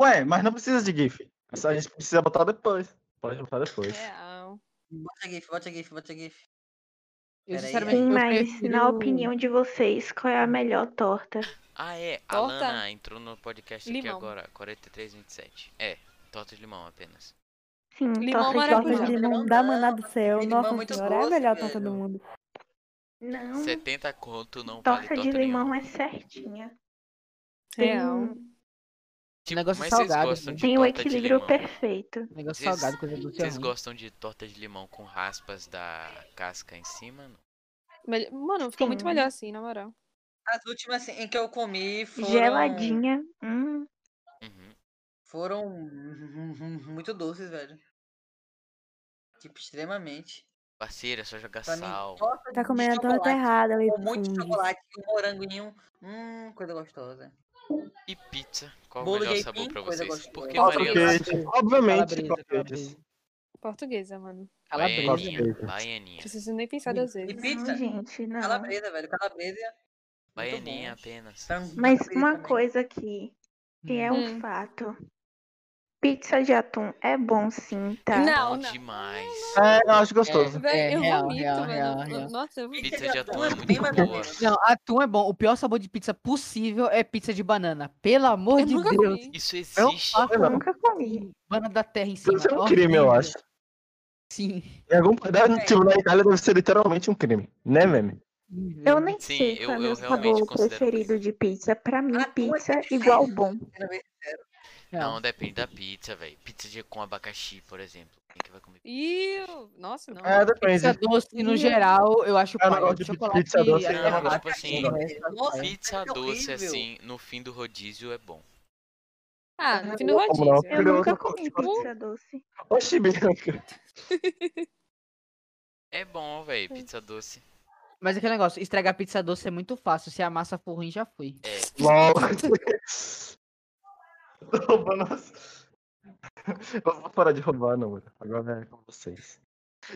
F: Ué, mas não precisa de GIF. Só a gente precisa botar depois. Pode botar depois.
C: É.
G: Real.
A: Bota GIF, bota GIF, bota GIF.
B: Eu,
A: Peraí.
B: sinceramente,
I: Sim,
B: eu
I: mas na
B: prefiro-
I: opinião de vocês, qual é a melhor torta?
C: Ah, é, a
G: Torta?
C: Lana entrou no podcast aqui
G: Limão.
C: agora, 4327. É, torta de limão apenas.
I: Sim,
G: Limão
I: torta de
H: Torta
G: maracujá.
I: limão.
H: de limão da Maná do Céu.
A: Limão é
H: Nossa
A: muito
H: senhora, é a
A: doce,
H: melhor torta do
A: velho.
H: mundo.
I: Não,
C: 70 conto não vale
I: Hum. torta
C: torta
I: de limão
C: nenhuma.
I: é certinha. Tem, um,
G: Real.
C: Tipo,
B: negócio
C: mas vocês
B: salgado,
C: gostam
B: né?
C: de
I: tem o
C: torta de
I: equilíbrio
C: limão?
I: perfeito.
B: Negócio
C: Vocês-
B: salgado, coisa doce é
C: Vocês
B: ruim.
C: gostam de torta de limão com raspas da casca em cima? Não?
G: Mel- Mano, fica
I: Sim.
G: muito melhor assim, na moral.
A: As últimas assim, em que eu comi foram.
I: Geladinha. Hum,
C: Uhum.
A: Foram muito doces, velho. Tipo, extremamente.
C: Parceira, é só jogar
A: Pra mim,
C: sal.
A: torta
H: Tá
A: de
H: comendo a torta
A: chocolate
H: errada,
A: Com muito
H: Leifundes.
A: chocolate e um moranguinho. Hum, coisa gostosa.
C: E pizza, qual
A: Bolo
C: o melhor
A: de
C: sabor
A: aipim,
C: pra
A: coisa
C: vocês?
A: gostosa.
C: Por que
A: Fala
C: Maria?
B: Mariana?
F: Calabresa. tipo, Obviamente,
B: Calabresa,
F: calabresa.
G: Portuguesa, mano.
B: Calabresa.
C: Baianinha,
F: Calabresa.
C: baianinha.
G: Preciso nem pensar duas
A: E
G: vezes.
I: não,
A: pizza?
I: gente, não.
A: Calabresa, velho. Calabresa.
C: Baianinha
A: bom.
C: apenas.
A: frango
I: Mas
A: calabresa
I: uma
A: também.
I: coisa aqui, que é um
G: Hum.
I: fato. Pizza de atum é bom sim, tá?
G: Não,
C: Bom
G: não.
C: demais.
F: É, eu acho gostoso.
G: Velho,
B: É,
G: eu
B: real,
G: vomito,
B: real,
G: mano.
B: real, real.
G: Nossa, eu vomito.
C: Pizza de atum é
A: Não,
C: muito
A: tá bem mais
C: boa.
B: Não, atum é bom. O pior sabor de pizza possível é pizza de banana. Pelo amor
G: Eu
B: de
G: nunca
B: Deus.
G: comi.
C: Isso
F: Eu
C: É, existe.
F: faço,
I: Eu
F: não.
I: nunca comi.
B: Banana da terra em cima.
F: Isso é né? um
B: Horrível.
F: crime, eu acho.
B: Sim.
F: Em algum, deve, tipo, na Itália deve ser literalmente um crime,
C: É.
F: né, meme?
I: Eu nem
C: Sim,
I: sei qual
C: eu-
I: é meu
C: eu realmente
I: sabor
C: considero
I: preferido de pizza. Pra mim,
A: Ah, tu é
I: pizza
A: sincero.
I: igual bom.
A: Quero ver.
C: Não, depende da pizza, velho. Pizza de, com abacaxi, por exemplo. Quem que vai comer?
G: Ih, nossa, não.
F: É,
B: Pizza
F: depende.
B: doce, no geral, eu acho
F: Eu não
B: paia.
F: gosto de
B: Chocolate
F: pizza doce,
B: até
C: eu não
B: vai,
C: gosto, tipo assim,
F: É.
A: Nossa,
C: Pizza
A: que
C: doce,
A: horrível.
C: assim, no fim do rodízio é bom.
G: Ah, no fim do
F: Não, não,
G: rodízio.
I: Eu
F: Curioso,
I: nunca
F: eu
I: comi
C: tipo,
F: gosto de
I: pizza doce.
F: Oxi, Bianca.
C: É bom, velho, pizza doce.
B: Mas aquele negócio, estragar pizza doce é muito fácil. Se a massa for ruim, já foi.
C: É,
F: LOL. Rouba nossa. Eu vou parar de roubar, não, mano. Agora é com vocês.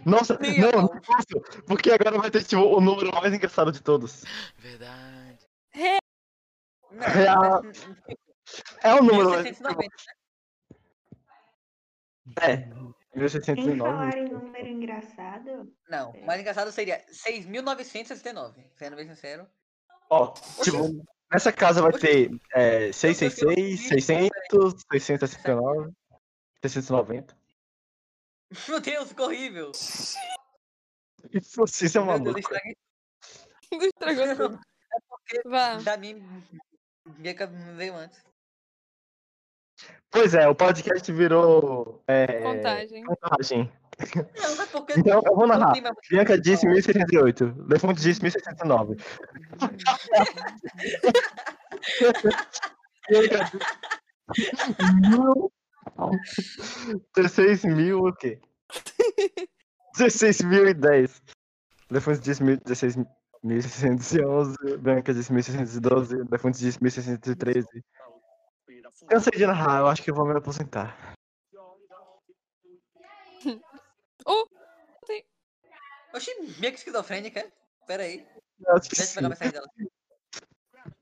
F: Nossa,
A: Nem
F: não,
A: eu.
F: não posso, porque agora vai ter tipo, o número mais engraçado de todos.
C: verdade.
A: Não,
F: Real.
A: mas, hum,
F: É o número mais.
A: 1690.
F: É.
I: Em
F: 1609.
I: falar em um número engraçado,
A: Não, o mais engraçado seria 6.969. Sendo bem sincero.
F: Ó, tipo, nessa casa vai ter é, 666, 600, 669, 690.
A: Meu Deus, ficou horrível.
F: Isso, isso é uma
A: Meu Deus, eu
F: louca.
A: estraguei
G: Estragou tudo. Vá.
A: tudo. Da mim, Bianca veio antes.
F: Pois é, o podcast virou é,
G: Contagem.
F: contagem.
A: Não, mas porque.
F: Então, eu vou
A: não
F: narrar.
A: tem mais muito
F: Bianca
A: o que
F: disse
A: falar.
F: 1078, Lefonte disse 1069. Bianca disse mil- 16 mil o quê? 16.010. Lefonte disse 16.611, Bianca disse 1612, Lefonte disse 1613. Cansei de narrar, eu acho que eu vou me aposentar.
A: Oxi, Bianca esquizofrênica. é? Pera aí.
F: Eu acho que
A: Deixa eu
F: sim.
A: pegar a mensagem dela.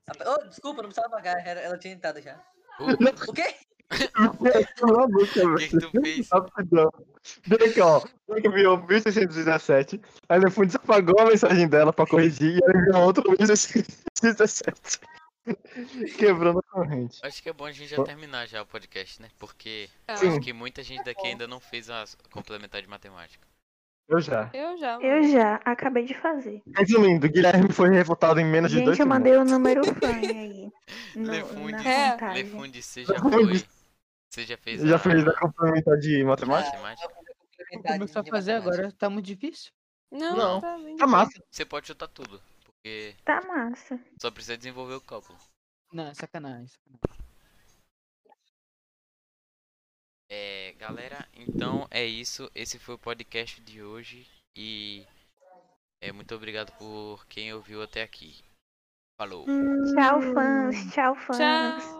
A: Ah, Oh, desculpa, não precisava pagar. Ela tinha entrado já.
C: Uh,
A: O quê?
F: Uma música,
C: O que, que tu fez?
F: Rapidão. Bianca, ó. Bianca enviou 1617. Aí no fundo apagou a mensagem dela pra corrigir e ela enviou outro 1617. Quebrando a corrente.
C: Acho que é bom a gente já terminar já o podcast, né? Porque
G: Ah,
C: eu acho que muita gente daqui
G: bom.
C: ainda não fez a complementar de matemática.
F: Eu já.
G: Eu já.
I: eu já acabei de fazer.
F: Resumindo, Guilherme foi revoltado em menos de dois
I: Gente, eu mandei o número fanha aí. no-
C: Lefunde.
I: na
G: É.
I: contagem.
C: Lefunde, você já
F: Lefunde.
C: foi. Você já fez
F: minutos. Já
C: a
F: fez a complementar de matemática?
C: matemática?
B: Vou começar a fazer agora, tá muito difícil.
G: Não,
F: Não.
G: tá bem.
F: Tá massa.
C: Você pode chutar tudo. Porque
I: Tá massa.
C: só precisa desenvolver o cálculo.
B: Não, sacanagem. sacanagem.
C: É, galera, então é isso. Esse foi o podcast de hoje. E é muito obrigado por quem ouviu até aqui. Falou.
I: Hum. Tchau, fãs. Tchau, fãs.
G: Tchau.